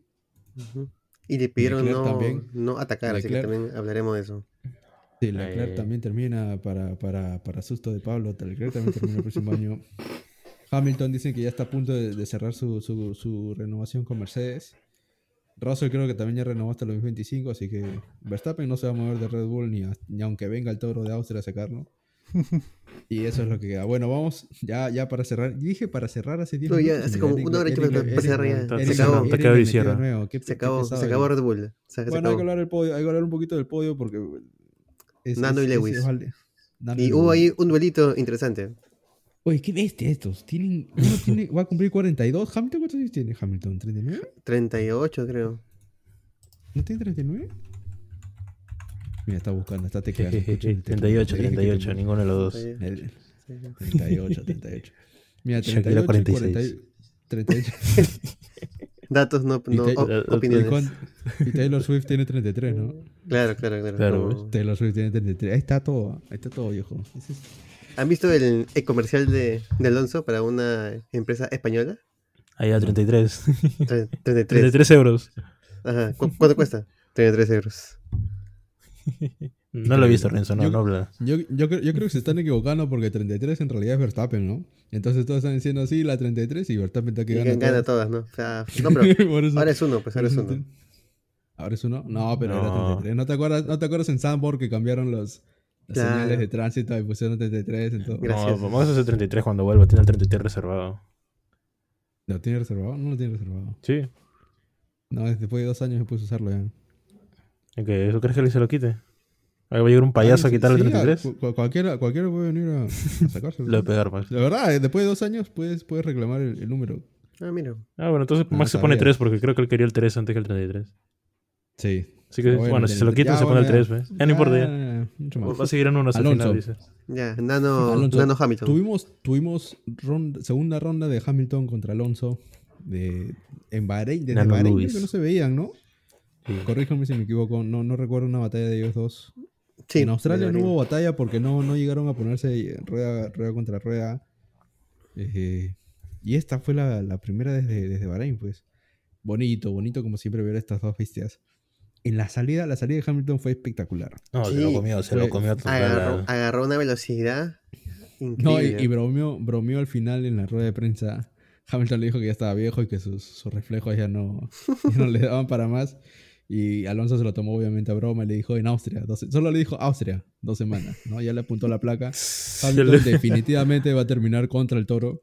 S3: Ujú. Y le pidieron
S2: Leclerc
S3: no,
S2: también.
S3: no atacar, así que
S2: Leclerc.
S3: también hablaremos de eso.
S2: Sí, Leclerc
S1: Eh.
S2: también termina para, para, para susto de Pablo. Leclerc también termina el próximo año. Hamilton dicen que ya está a punto de, de cerrar su, su- su renovación con Mercedes. Russell creo que también ya renovó hasta los 2025, así que Verstappen no se va a mover de Red Bull ni, a- ni aunque venga el toro de Austria a sacarlo. Y eso es lo que queda. Bueno, vamos ya, ya para cerrar. Yo dije para cerrar hace 10
S3: No, ya,
S2: minutos.
S3: hace
S2: mira,
S3: como
S2: Eric-
S3: una hora y que
S2: Eric-
S3: me-
S2: Eric-
S3: me cerré ya.
S2: Eric-
S1: Se
S2: Eric-
S1: acabó.
S2: Eric
S1: Te acabo de
S2: metido de
S1: cierra.
S2: nuevo. Qué-
S3: Se
S2: qué
S3: acabó, se
S2: pesado
S3: acabó
S2: Eric.
S3: Red Bull. o sea, se
S2: Bueno, hay que
S3: acabó.
S2: hablar del podio, hay que hablar un poquito del podio porque es-
S3: Nano y Lewis.
S2: vale. Nano
S3: Y
S2: Lewis.
S3: hubo ahí un duelito interesante.
S2: Oye, qué bestia estos. Tienen, uno tiene, va a cumplir 42. Hamilton, ¿cuántos años tiene Hamilton? ¿39?
S3: 38, creo.
S2: ¿No tiene 39? Mira, está buscando, está tecleando. escuchen el teclado.
S1: 38,
S2: Te dije que
S1: 38,
S2: te-
S1: ninguno de los dos.
S2: el-
S3: Sí.
S2: 38, 38. Mira,
S1: Shakira,
S2: 38
S1: 46.
S2: 38.
S3: Datos, no,
S2: Y
S3: no
S2: te-
S3: op-
S1: eh, eh,
S2: Y,
S3: opiniones.
S2: Juan- y Taylor Swift tiene 33, ¿no?
S3: Claro, claro, claro.
S1: Claro,
S3: como-
S2: Taylor Swift tiene 33. Ahí está todo, ahí está todo, viejo. Ese es-
S3: ¿Han visto el, el comercial de, de Alonso para una empresa española?
S1: Allá 33.
S3: Tre- 33.
S1: 33 euros.
S3: Ajá. ¿Cu- ¿Cuánto cuesta? 33 euros.
S1: No lo he visto, Renzo, no,
S2: Yo-
S1: no habla.
S2: Yo, yo, creo, yo creo que se están equivocando porque 33 en realidad es Verstappen, ¿no? Entonces todos están diciendo, sí, la 33 y Verstappen está
S3: Y
S2: que
S3: gana,
S2: gana. todo.
S3: todas, ¿no? O sea, no, pero
S2: Por eso-
S3: ahora es uno, pues
S2: por
S3: ahora es
S2: eso
S3: uno.
S2: te- ¿Ahora es uno? No, pero era
S1: No.
S2: 33. ¿No te acuerdas, no te acuerdas en Sambor que cambiaron los, las
S3: Claro.
S2: señales de tránsito y pusieron 33? Entonces,
S3: Gracias.
S1: No, vamos a hacer 33 cuando vuelva. Tiene el 33 reservado.
S2: ¿Lo tiene reservado? No lo tiene reservado.
S1: Sí.
S2: No, es- después de dos años después de usarlo ya.
S1: ¿Y qué? ¿Eso crees que le se lo quite? Ahí va a llegar un payaso a
S2: Sí,
S1: quitarle
S2: Ah, sí,
S1: el
S2: cu-
S1: 33.
S2: cu- cualquiera, cualquiera puede venir a, a sacárselo.
S1: Lo voy a pegar, Max.
S2: La verdad, eh, después de dos años puedes, puedes reclamar el, el número.
S3: Ah, mira.
S1: Ah, bueno, entonces
S2: No
S1: Max se pone
S2: sabía.
S1: 3 porque creo que él quería el 3 antes que el 33.
S2: Sí.
S1: Así que,
S2: Ah,
S1: bueno, si se lo
S2: 33.
S1: quitan,
S2: Ya,
S1: se pone el 3,
S2: bueno,
S1: pues. Ya no importa, ya.
S2: mucho más.
S1: Va a seguir en uno hasta el
S2: Alonso.
S1: final, dice.
S3: Ya, Nano,
S2: Alonso,
S3: Nano Hamilton.
S2: Tuvimos, tuvimos ronda- segunda ronda de Hamilton contra Alonso de, en Bahrein. Desde
S1: Nano
S2: Bahrein
S1: Lewis.
S2: creo que no se veían, ¿no?
S1: Sí.
S2: Corríjame si me equivoco. No, no recuerdo una batalla de ellos dos.
S3: Sí,
S2: en Australia
S3: de
S2: no hubo
S3: Bahrein.
S2: batalla porque no, no llegaron a ponerse rueda, rueda contra rueda. Eh, y esta fue la, la primera desde, desde Bahrein, pues. Bonito, bonito como siempre ver a estas dos bestias. En la salida, la salida de Hamilton fue espectacular.
S1: No, se lo
S3: Sí,
S1: comió, se lo
S2: fue-
S1: comió total.
S3: Agarró,
S1: al-
S3: agarró una velocidad
S2: No, y,
S3: increíble.
S2: y bromeó, bromeó al final en la rueda de prensa. Hamilton le dijo que ya estaba viejo y que sus, sus reflejos ya no, ya no le daban para más. Y Alonso se lo tomó obviamente a broma y le dijo en Austria, dos, solo le dijo Austria, dos semanas, ¿no? Ya le apuntó la placa. Hamilton definitivamente va a terminar contra el toro.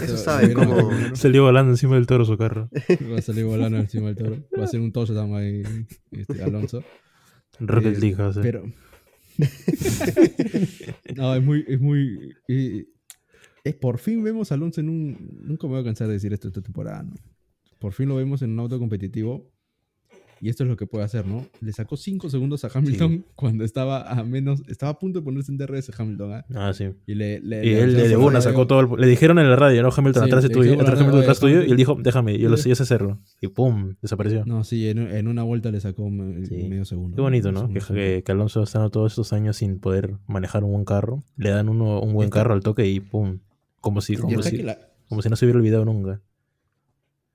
S3: Eso sabe cómo.
S1: Salió volando encima del toro su carro.
S2: Va a salir volando encima del toro. Va a ser un touchdown ahí, este, Alonso.
S1: Rocket League, o sea.
S2: Pero. no, es muy. Es muy eh, eh, por fin vemos a Alonso en un. Nunca me voy a cansar de decir esto esta temporada, ¿no? Por fin lo vemos en un auto competitivo. Y esto es lo que puede hacer, ¿no? Le sacó 5 segundos a Hamilton sí. cuando estaba a menos. Estaba a punto de ponerse en DRS Hamilton. ¿eh?
S1: Ah, sí.
S2: Y, le, le,
S1: y
S2: le
S1: él de una sacó todo el. Le dijeron en la radio, ¿no? Hamilton sí, atrás de tuyo, atrás Hamilton atrás tuyo. Y él dijo, déjame, yo, lo, sé, yo sé hacerlo. Y pum, desapareció.
S2: No, sí, en, en una vuelta le sacó me, sí. medio segundo.
S1: Qué bonito, ¿no? Que, que, que, Alonso ha estado todos estos años sin poder manejar un buen carro. Le dan uno, un buen carro al toque y pum. Como si, como si, la... como si no se hubiera olvidado nunca.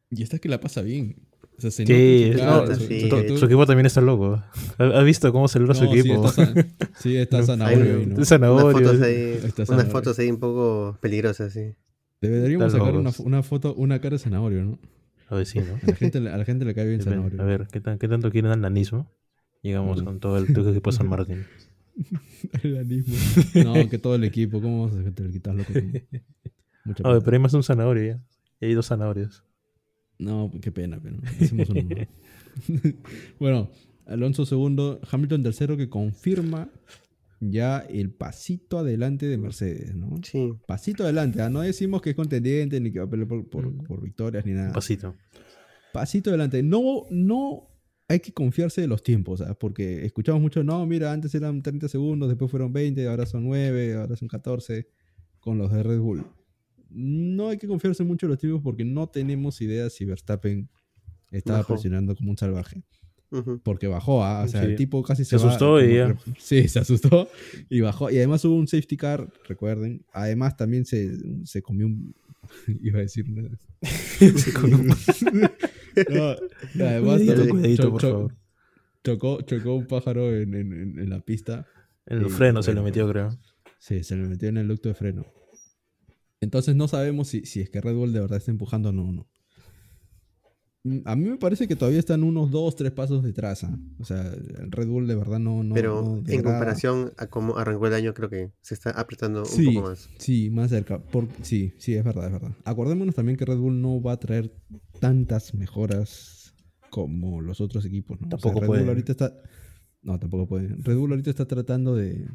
S2: Y está que la pasa bien.
S1: O sea, se sí, no, su, sí. Su, su, equipo también está loco. ¿Has visto cómo celebra no, su equipo?
S2: Sí, está, sí, está zanahorio. ahí, ¿no?
S1: Unas
S3: fotos ahí, unas
S2: ¿eh?
S3: zanahorio. fotos ahí un poco peligrosas, sí.
S2: Deberíamos está sacar una, una, foto, una cara de zanahorio, ¿no?
S1: A ver, sí, ¿no?
S2: A la gente, a la gente le cae bien
S1: a
S2: zanahorio.
S1: A ver, ¿qué, tan, qué tanto quieren al nanismo? Llegamos con todo el equipo San Martín.
S2: el nanismo. No, que todo el equipo. ¿Cómo vamos a hacer quitarlo?
S1: Mucha a ver, pero hay más un zanahorio ya. Y hay dos zanahorios.
S2: No, qué pena, pero hacemos uno. bueno, Alonso segundo, Hamilton tercero que confirma ya el pasito adelante de Mercedes, ¿no?
S3: Sí.
S2: Pasito adelante, ¿ah? no decimos que es contendiente ni que va a pelear por, por, por victorias ni nada.
S1: Mm. Pasito.
S2: Pasito adelante. No, no hay que confiarse de los tiempos, ¿sabes? porque escuchamos mucho, no, mira, antes eran 30 segundos, después fueron 20, ahora son 9, ahora son 14 con los de Red Bull no hay que confiarse mucho en los tiempos porque no tenemos idea si Verstappen estaba bajó. presionando como un salvaje. Uh -huh. Porque bajó, ¿ah? o sea, sí. el tipo casi
S1: se, se asustó
S2: va,
S1: y ya.
S2: Sí, se asustó y bajó. Y además hubo un safety car, recuerden. Además también se, se comió un... Iba a decir una... se comió un... no, no, además
S1: cuidadito, por favor.
S2: Chocó, chocó un pájaro en, en, en la pista.
S1: En los frenos se lo metió, creo.
S2: Sí, se lo metió en el ducto de freno. Entonces no sabemos si, si, es que Red Bull de verdad está empujando o no, no. Mm, A mí me parece que todavía están unos dos, tres pasos detrás. ¿eh? O sea, el Red Bull de verdad no... no
S3: Pero
S2: no,
S3: en comparación a cómo arrancó el año, creo que se está apretando un
S2: sí,
S3: poco más.
S2: Sí, más cerca. Por, sí, sí, es verdad, es verdad. Acordémonos también que Red Bull no va a traer tantas mejoras como los otros equipos. ¿no?
S1: Tampoco
S2: o sea, Red
S1: puede.
S2: Bull ahorita está... No, tampoco puede. Red Bull ahorita está tratando de,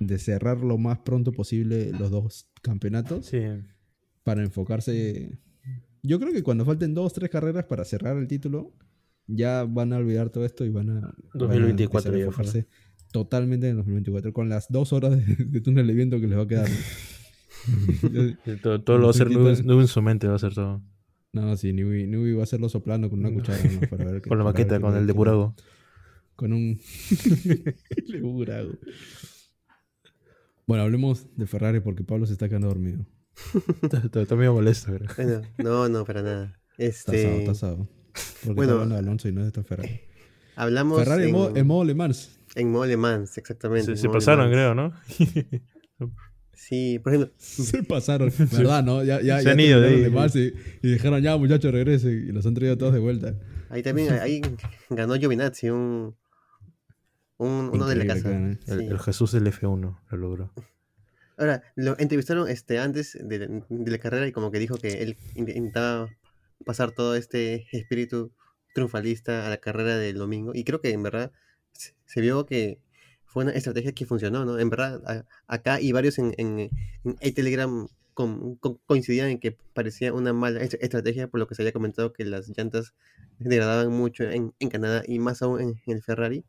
S2: de cerrar lo más pronto posible los dos campeonatos.
S1: Sí.
S2: Para enfocarse. Yo creo que cuando falten dos, tres carreras para cerrar el título, ya van a olvidar todo esto y van a.
S1: 2024 van
S2: a enfocarse ya, totalmente en 2024, con las dos horas de, de túnel de viento que les va a quedar.
S1: ¿no? todo, todo lo va a ser Nubi en su mente, va a ser todo.
S2: No, sí, Nubi, Nubi va a hacerlo soplando con una cuchara. ¿no? Para ver
S1: que, con la maqueta, con el depurado.
S2: Con un. depurado. Bueno, hablemos de Ferrari porque Pablo se está quedando dormido.
S1: está medio molesto, creo.
S3: Bueno, no, no, para nada. Este...
S2: Tasado, tasado. Porque bueno, está hablando de Alonso y no de esta Ferrari.
S3: Hablamos
S2: Ferrari en, mo en modo Le Mans.
S3: En modo Le Mans, exactamente.
S1: Se, se pasaron, creo, ¿no?
S3: sí, por ejemplo.
S2: Se pasaron, ¿verdad? ¿no? Ya, ya,
S1: se
S2: ya
S1: han ido de ahí.
S2: Le Mans y, y, dijeron, ya muchachos, regresen. Y los han traído todos de vuelta.
S3: Ahí también, ahí ganó Giovinazzi, un, un, uno de la casa.
S1: El, sí. el, Jesús del F1 lo logró.
S3: Ahora, lo entrevistaron este, antes de, de, la carrera y como que dijo que él intentaba pasar todo este espíritu triunfalista a la carrera del domingo. Y creo que en verdad se, se vio que fue una estrategia que funcionó, ¿no? En verdad, a, acá y varios en, en, en Telegram con, con, coincidían en que parecía una mala est estrategia por lo que se había comentado que las llantas degradaban mucho en, en Canadá y más aún en, el Ferrari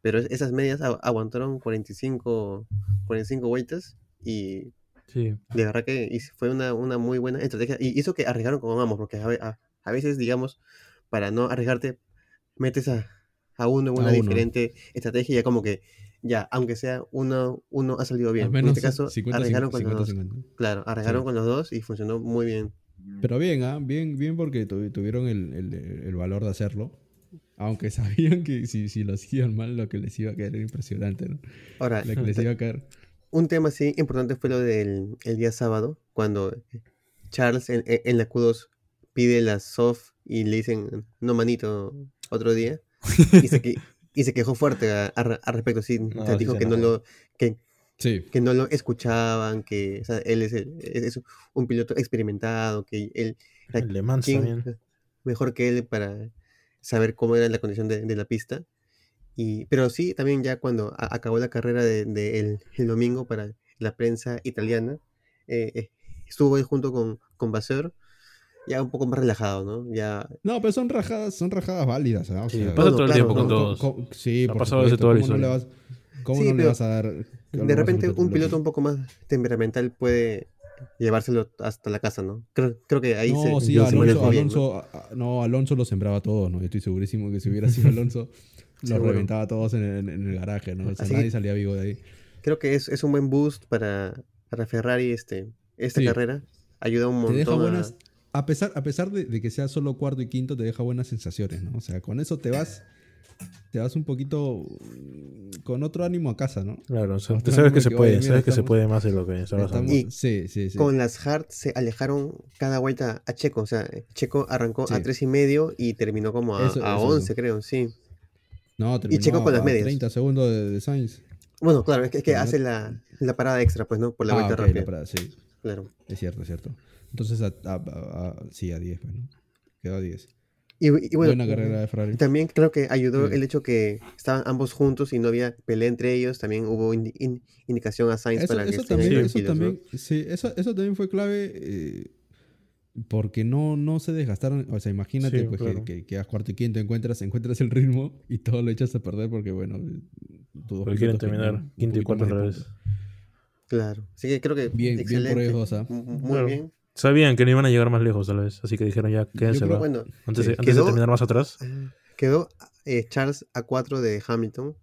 S3: pero esas medias aguantaron 45, 45 vueltas y
S1: sí.
S3: de verdad que fue una, una, muy buena estrategia y hizo que arriesgaron como vamos, porque a, a, veces, digamos, para no arriesgarte, metes a, a uno en una uno. diferente estrategia y ya como que, ya, aunque sea uno, uno ha salido bien.
S2: Menos
S3: en este caso,
S2: 50,
S3: arriesgaron con
S2: 50,
S3: los
S2: 50. dos.
S3: Claro, arriesgaron sí. con los dos y funcionó muy bien.
S2: Pero bien, ¿eh? bien, bien porque tu, tuvieron el, el, el valor de hacerlo. Aunque sabían que si, si, lo hacían mal, lo que les iba a caer era impresionante, ¿no?
S3: Ahora,
S2: lo que les iba a caer.
S3: Un tema así importante fue lo del el día sábado, cuando eh, e, Charles en, en, en la Q2 pide la soft y le dicen, no manito, otro día y se, que, y se quejó fuerte a- a- al respecto. Sí, O sea,
S1: sí
S3: dijo
S1: se
S3: que, no
S1: enojó.
S3: lo, que,
S2: Sí.
S3: que no lo escuchaban, que o sea, él es, el- es un piloto experimentado, que él, o sea,
S1: El Le
S2: Ah,
S1: Mans
S3: ¿quién
S1: también.
S3: mejor que él para saber cómo era la condición de, de la pista? Y, pero sí, también ya cuando a- acabó la carrera de, de el, el domingo para la prensa italiana, eh, eh, estuvo él junto con, con Vasseur, ya un poco más relajado, ¿no? Ya,
S2: No, pero son rajadas, son rajadas válidas, ¿ah? O
S1: Sí,
S2: sea,
S1: pasa
S3: no,
S1: todo el
S3: claro,
S1: tiempo
S2: ¿cómo-
S1: con
S3: no,
S1: todos.
S2: cómo- cómo- sí,
S1: Ha
S2: por
S1: pasado de
S2: supuesto,
S1: todo el
S2: ¿Cómo no le vas,
S1: historial.
S2: cómo
S3: Sí,
S2: no le
S3: pero
S2: vas a dar?
S3: de repente un piloto un poco más temperamental puede llevárselo hasta la casa, ¿no? Creo, creo que ahí
S2: no,
S3: se,
S2: sí,
S3: se
S2: Alonso,
S3: manejó bien, ¿no?
S2: Alonso, a- a- no, Alonso lo sembraba todo, ¿no? Yo estoy segurísimo que si hubiera sido Alonso, los
S1: Seguro.
S2: reventaba a todos en, el- en el garaje, ¿no? O sea,
S3: Así que-
S2: nadie salía vivo de ahí.
S3: Creo que es, es un buen boost para, para Ferrari este, esta
S2: Sí.
S3: carrera. Ayuda un
S2: Te
S3: montón.
S2: deja
S3: a-
S2: buenas. A pesar, a pesar de, de que sea solo cuarto y quinto, te deja buenas sensaciones, ¿no? O sea, con eso te vas. Te vas un poquito. mm, Con otro ánimo a casa, ¿no?
S1: Claro, o sea,
S2: Otro
S1: tú sabes que
S2: ánimo
S1: se
S2: que,
S1: puede,
S2: oye, mira,
S1: sabes que se
S2: estamos-
S1: puede más de lo que estabas
S2: Estamos-
S1: hablando.
S3: Y
S2: sí, sí, sí.
S3: Con las Hart se alejaron cada vuelta a Checo. O sea, Checo arrancó a
S2: Sí.
S3: tres y medio y terminó como a,
S2: Eso-
S3: a
S2: eso,
S3: 11, creo, sí.
S2: No, terminó
S3: Checo con
S2: a-
S3: las
S2: a
S3: medias.
S2: 30 segundos de, de Sainz.
S3: Bueno, claro, es que, es que
S2: Terminó-
S3: hace la, la parada extra, pues, ¿no? Por la
S2: Ah,
S3: vuelta
S2: ok,
S3: rápida.
S2: la parada, sí.
S3: Claro.
S2: Es cierto, es cierto. Entonces, a, a- a- a- sí, a 10, pues, ¿no? Quedó a 10.
S3: Y, y bueno,
S2: Buena carrera de Ferrari.
S3: También creo que ayudó
S2: Sí.
S3: el hecho que estaban ambos juntos y no había pelea entre ellos. También hubo indi- in- indicación a Sainz
S2: Eso,
S3: para que
S2: eso
S3: estén ahí
S2: también, eso,
S3: tranquilos, ¿no?
S2: también, sí, eso, eso también fue clave eh, porque no, no se desgastaron. O sea, imagínate
S1: Sí,
S2: pues,
S1: claro.
S2: que, que quedas cuarto y quinto, encuentras, encuentras el ritmo y todo lo echas a perder porque, bueno, todos
S1: Porque quieren terminar quinto y cuarto al revés.
S3: Claro. Así que creo que
S2: Bien, bien por ellos dos, ¿ah.
S3: M- Muy
S1: Claro.
S3: bien.
S1: Sabían que no iban a llegar más lejos, tal vez. Así que dijeron ya, quédense
S2: creo-
S3: Bueno,
S1: Antes,
S2: Sí.
S1: de, antes de
S3: Quedó-
S1: terminar más atrás.
S3: quedó eh, Charles a 4 de Hamilton.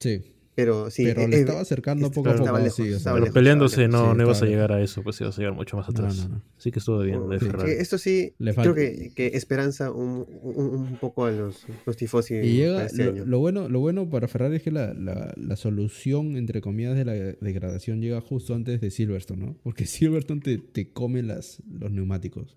S2: Sí,
S3: Pero sí,
S2: pero
S3: eh,
S2: le
S3: eh,
S2: estaba acercando
S3: este-
S2: poco a
S1: estaba
S2: poco.
S3: lejos,
S2: sí, o sea,
S3: estaba
S1: Pero
S3: lejos,
S1: peleándose no,
S2: Sí,
S1: no ibas a
S2: estaba
S1: llegar a eso, pues ibas a llegar mucho más
S2: No,
S1: atrás.
S2: no, no.
S1: Así que estuvo bien, lo de
S3: Sí,
S1: Ferrari.
S3: que esto sí,
S2: Le falta.
S3: creo que, que esperanza un, un, un poco a los, los tifosi
S2: Y llega,
S3: para este
S2: lo,
S3: año.
S2: lo bueno, lo bueno para Ferrari es que la, la- la solución, entre comillas, de la degradación llega justo antes de Silverstone, ¿no? Porque Silverstone te, te come las, los neumáticos,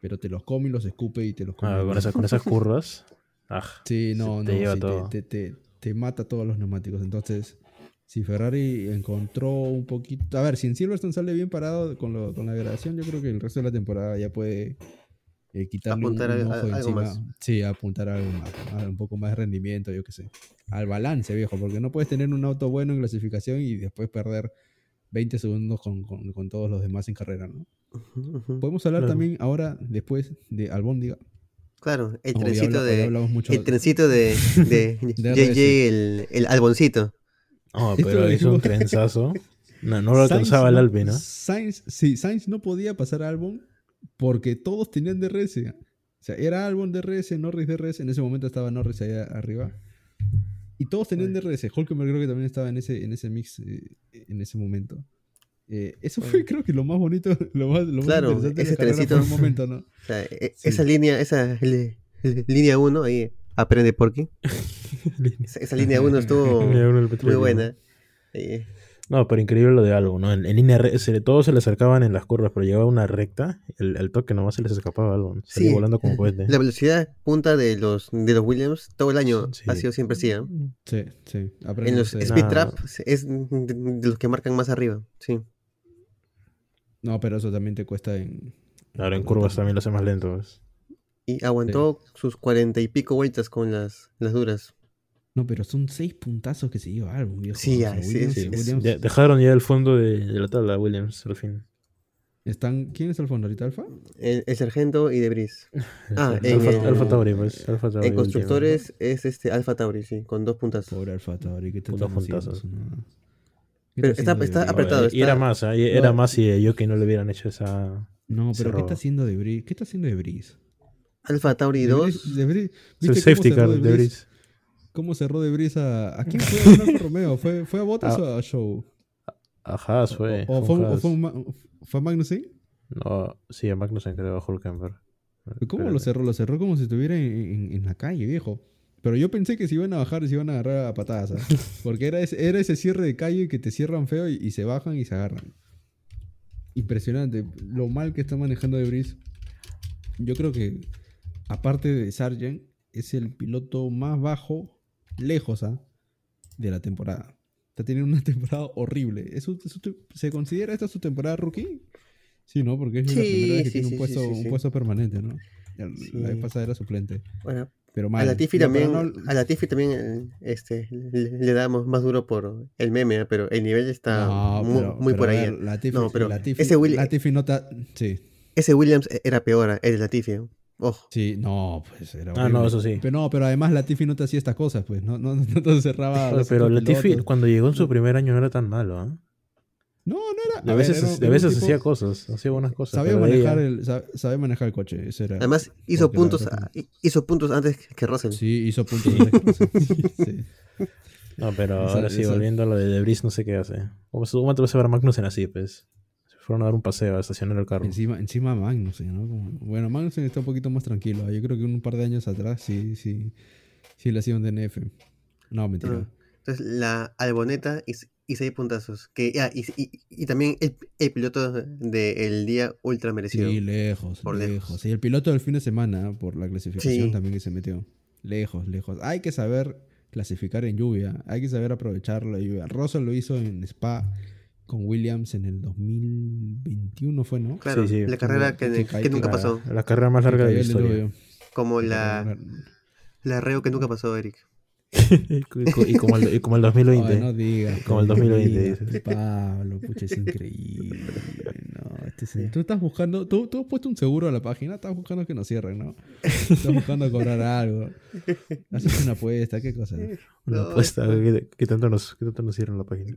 S2: pero te los come y los escupe y te los come.
S1: Ah, con, esas, con esas curvas. Ah,
S2: Sí, no,
S1: se
S2: no,
S1: te lleva
S2: sí,
S1: todo.
S2: te, te- te- te mata todos los neumáticos. Entonces, si Ferrari encontró un poquito... A ver, si en Silverstone sale bien parado con, lo- con la degradación, yo creo que el resto de la temporada ya puede... eh, quitarle un-
S3: Apuntar a-
S2: un
S3: a-
S2: ojo
S3: algo
S2: encima.
S3: más.
S2: Sí, apuntar a algo más, a un poco más de rendimiento, yo qué sé. Al balance, viejo, porque no puedes tener un auto bueno en clasificación y después perder 20 segundos con, con- con todos los demás en carrera, ¿no?
S3: Ujú, ujú.
S2: Podemos hablar
S1: Claro.
S2: también ahora, después, de Albóndiga.
S3: Claro, el
S2: Hoy
S3: trencito
S2: habla- hoy
S3: de.
S2: hablamos mucho
S3: El trencito de, de
S2: RS.
S3: JJ, el, el alboncito.
S1: no,
S2: Esto
S1: pero
S2: lo
S1: hizo un
S2: dijimos.
S1: trenzazo. No, no lo
S2: Sainz
S1: alcanzaba el
S2: no-
S1: Albi, ¿no?
S2: Sainz, sí, Sainz no podía pasar a Albon porque todos tenían DRS. O sea, era Albon DRS, Norris DRS. En ese momento estaba Norris allá arriba. Y todos tenían DRS. Hulkenberg creo que también estaba en ese, en ese mix eh, en ese momento. Eh, eso fue, creo que, lo más bonito, lo más, lo más
S3: Claro,
S2: interesante
S3: ese
S2: de la carrera
S3: trencito.
S2: por un momento, ¿no?
S3: O sea, e-
S2: Sí.
S3: Esa línea, esa li- li- línea 1, ahí aprende por qué. Esa, esa línea 1 estuvo
S1: Mira,
S3: Oh, muy
S1: uno, el petróleo.
S3: buena. Eh,
S1: No, pero increíble lo de algo, ¿no? En, en línea re- se le- todos se le acercaban en las curvas, pero llegaba una recta, el, el toque nomás se les escapaba algo. Salía
S3: Sí.
S1: volando como cohete.
S3: La velocidad punta de los, de los Williams todo el año
S1: Sí.
S3: ha sido siempre así. ¿ah?
S2: Sí, sí. aprende
S3: En los
S2: ustedes.
S3: speed
S1: nada.
S3: trap es de, de los que marcan más arriba. Sí.
S2: No, pero eso también te cuesta en...
S1: Claro, en curvas también lo hace más lento. pues.
S3: Y aguantó sus cuarenta y pico vueltas con las, las duras.
S2: No, pero son seis puntazos que se lleva Albon, viejo.
S3: Sí,
S2: O sea,
S3: ya, sí,
S2: Williams-
S3: sí, es-
S2: Williams-
S1: Ya dejaron ya el fondo de, de la tabla, Williams, al fin.
S2: Están, ¿Quién es el fondo ahorita, Alfa?
S3: El, el sargento y Debris. Ah, en,
S1: Alfa,
S3: el-
S1: Alfa Tauri, pues. Alfa Tauri,
S3: en
S1: último.
S3: constructores es este Alfa Tauri, sí, con dos puntas.
S2: Pobre Alfa Tauri, ¿qué te
S1: Puta
S2: están haciendo?
S1: puntazo.
S2: Es una- ¿Qué
S3: Pero
S2: está
S3: está-
S2: haciendo
S3: está
S2: de Brie?
S3: apretado.
S1: Y- y era
S3: está-
S1: más, ¿eh? Y era
S2: No.
S1: más si eh, yo que no le hubieran hecho esa.
S2: No,
S1: Se
S2: pero ¿qué
S1: roba.
S2: está haciendo de Bris? ¿Qué está haciendo de Bris?
S3: Alfa Tauri
S2: De
S3: 2.
S2: Bris- de Bris-
S1: El
S2: ¿Viste
S1: safety
S2: cómo cerró
S1: car de
S2: Bris?
S1: Debris.
S2: ¿Cómo cerró de Bris a, a quién fue? ¿A Alfa Romeo? ¿Fue, fue a Bottas
S1: Ah, Eh,
S2: o a Show?
S1: Ajá, fue.
S2: ¿O, o
S1: fue
S2: fue,
S1: un
S2: o
S1: Haas.
S2: fue un Ma- fue a Magnussen?
S1: No, sí, a Magnussen creo, a Hulkenberg.
S2: ¿Cómo
S1: Espérate.
S2: lo cerró? Lo cerró como si estuviera en, en- en la calle, viejo. Pero yo pensé que se iban a bajar y se iban a agarrar a patadas. ¿ah? Porque era ese, era ese cierre de calle que te cierran feo y, y se bajan y se agarran. Impresionante. Lo mal que está manejando De Debris. Yo creo que, aparte de Sargent, es el piloto más bajo, lejos, ¿ah? de la temporada. Está teniendo una temporada horrible. ¿Es su- es su- ¿Se considera esta su temporada rookie? Sí, ¿no? Porque es la
S3: Sí,
S2: primera vez que
S3: sí,
S2: tiene
S3: sí,
S2: un, puesto,
S3: sí, sí, sí.
S2: un puesto permanente, ¿no? La, la vez
S3: Sí.
S2: pasada era suplente.
S3: Bueno,
S2: Pero
S3: a
S2: mal.
S3: Latifi
S2: Ya,
S3: también,
S2: para no-
S3: a Latifi también eh, este, le, le damos más duro por el meme, ¿eh? pero el nivel está
S2: No,
S3: muy,
S2: pero-
S3: muy
S2: pero
S3: por
S2: a
S3: ahí.
S2: ver,
S3: ¿eh?
S2: Latifi,
S3: No, pero
S2: Latifi-
S3: ese Willy-
S2: Latifi no ta- Sí,
S3: Ese Williams era peor, ¿eh? el Latifi. ¿eh? Ojo.
S2: sí, no, pues era
S1: Ah,
S2: horrible.
S1: no, eso sí.
S2: Pero no, pero además Latifi no te hacía estas cosas, pues. No, no, no te encerraba. a
S1: Pero,
S2: los otros
S1: Latifi,
S2: pilotos.
S1: cuando llegó en su primer año no era tan malo, ¿ah?
S2: No, no era.
S1: De
S2: a
S1: veces,
S2: ver, era-
S1: de
S2: era un
S1: veces
S2: tipo-
S1: hacía cosas, hacía buenas cosas.
S2: Sabía
S1: pero de ahí
S2: manejar,
S1: ya-
S2: el, sa- sabía manejar el coche. Ese era.
S3: Además, hizo
S2: porque la
S3: puntos,
S2: verdad
S3: ah, hizo puntos antes que Russell.
S2: Sí, hizo puntos. antes que Russell. Sí, sí.
S1: No, pero
S2: Esa-
S1: ahora sí,
S2: esa-
S1: volviendo a lo de Debris, no sé qué hace. ¿Cómo se- cómo te vas a ver a Magnussen así, pues? Se fueron a dar un paseo, a estacionar el carro.
S2: Encima, encima Magnussen, ¿no? Como- bueno, Magnussen está un poquito más tranquilo. Yo creo que un par de años atrás sí, sí, sí le hacían DNF. No, mentira.
S3: Ah, Entonces, la Alboneta y, s- y seis puntazos. Que, ah, y, y- y también el, el piloto del día ultra merecido.
S2: Sí, lejos,
S3: Por
S2: lejos.
S3: lejos.
S2: Y el piloto del fin de semana, por la clasificación
S3: Sí.
S2: también que se metió. Lejos, lejos. Hay que saber clasificar en lluvia. Hay que saber aprovechar la lluvia. Russell lo hizo en Spa con Williams en el 2021, ¿fue, no?
S3: claro,
S1: sí, sí.
S3: la carrera que,
S2: Sí, cayó,
S3: que nunca
S1: La-
S3: pasó.
S1: La, carrera más larga de la
S2: Cayó en
S1: historia.
S2: lluvia.
S3: Como la, la reo que nunca pasó, Eric.
S1: y, co- y como el, y como el 2020.
S2: Ay, no digas.
S1: Como el 2020
S2: digas,
S1: dices.
S2: Pablo, pucha, es increíble. No, este es- Tú estás buscando, tú, tú has puesto un seguro a la página, estás buscando que nos cierren, ¿no? Estás buscando cobrar algo. Haces una apuesta, qué cosa.
S1: Una
S3: No,
S1: apuesta, ¿qué, qué tanto nos, ¿qué tanto nos hicieron la página?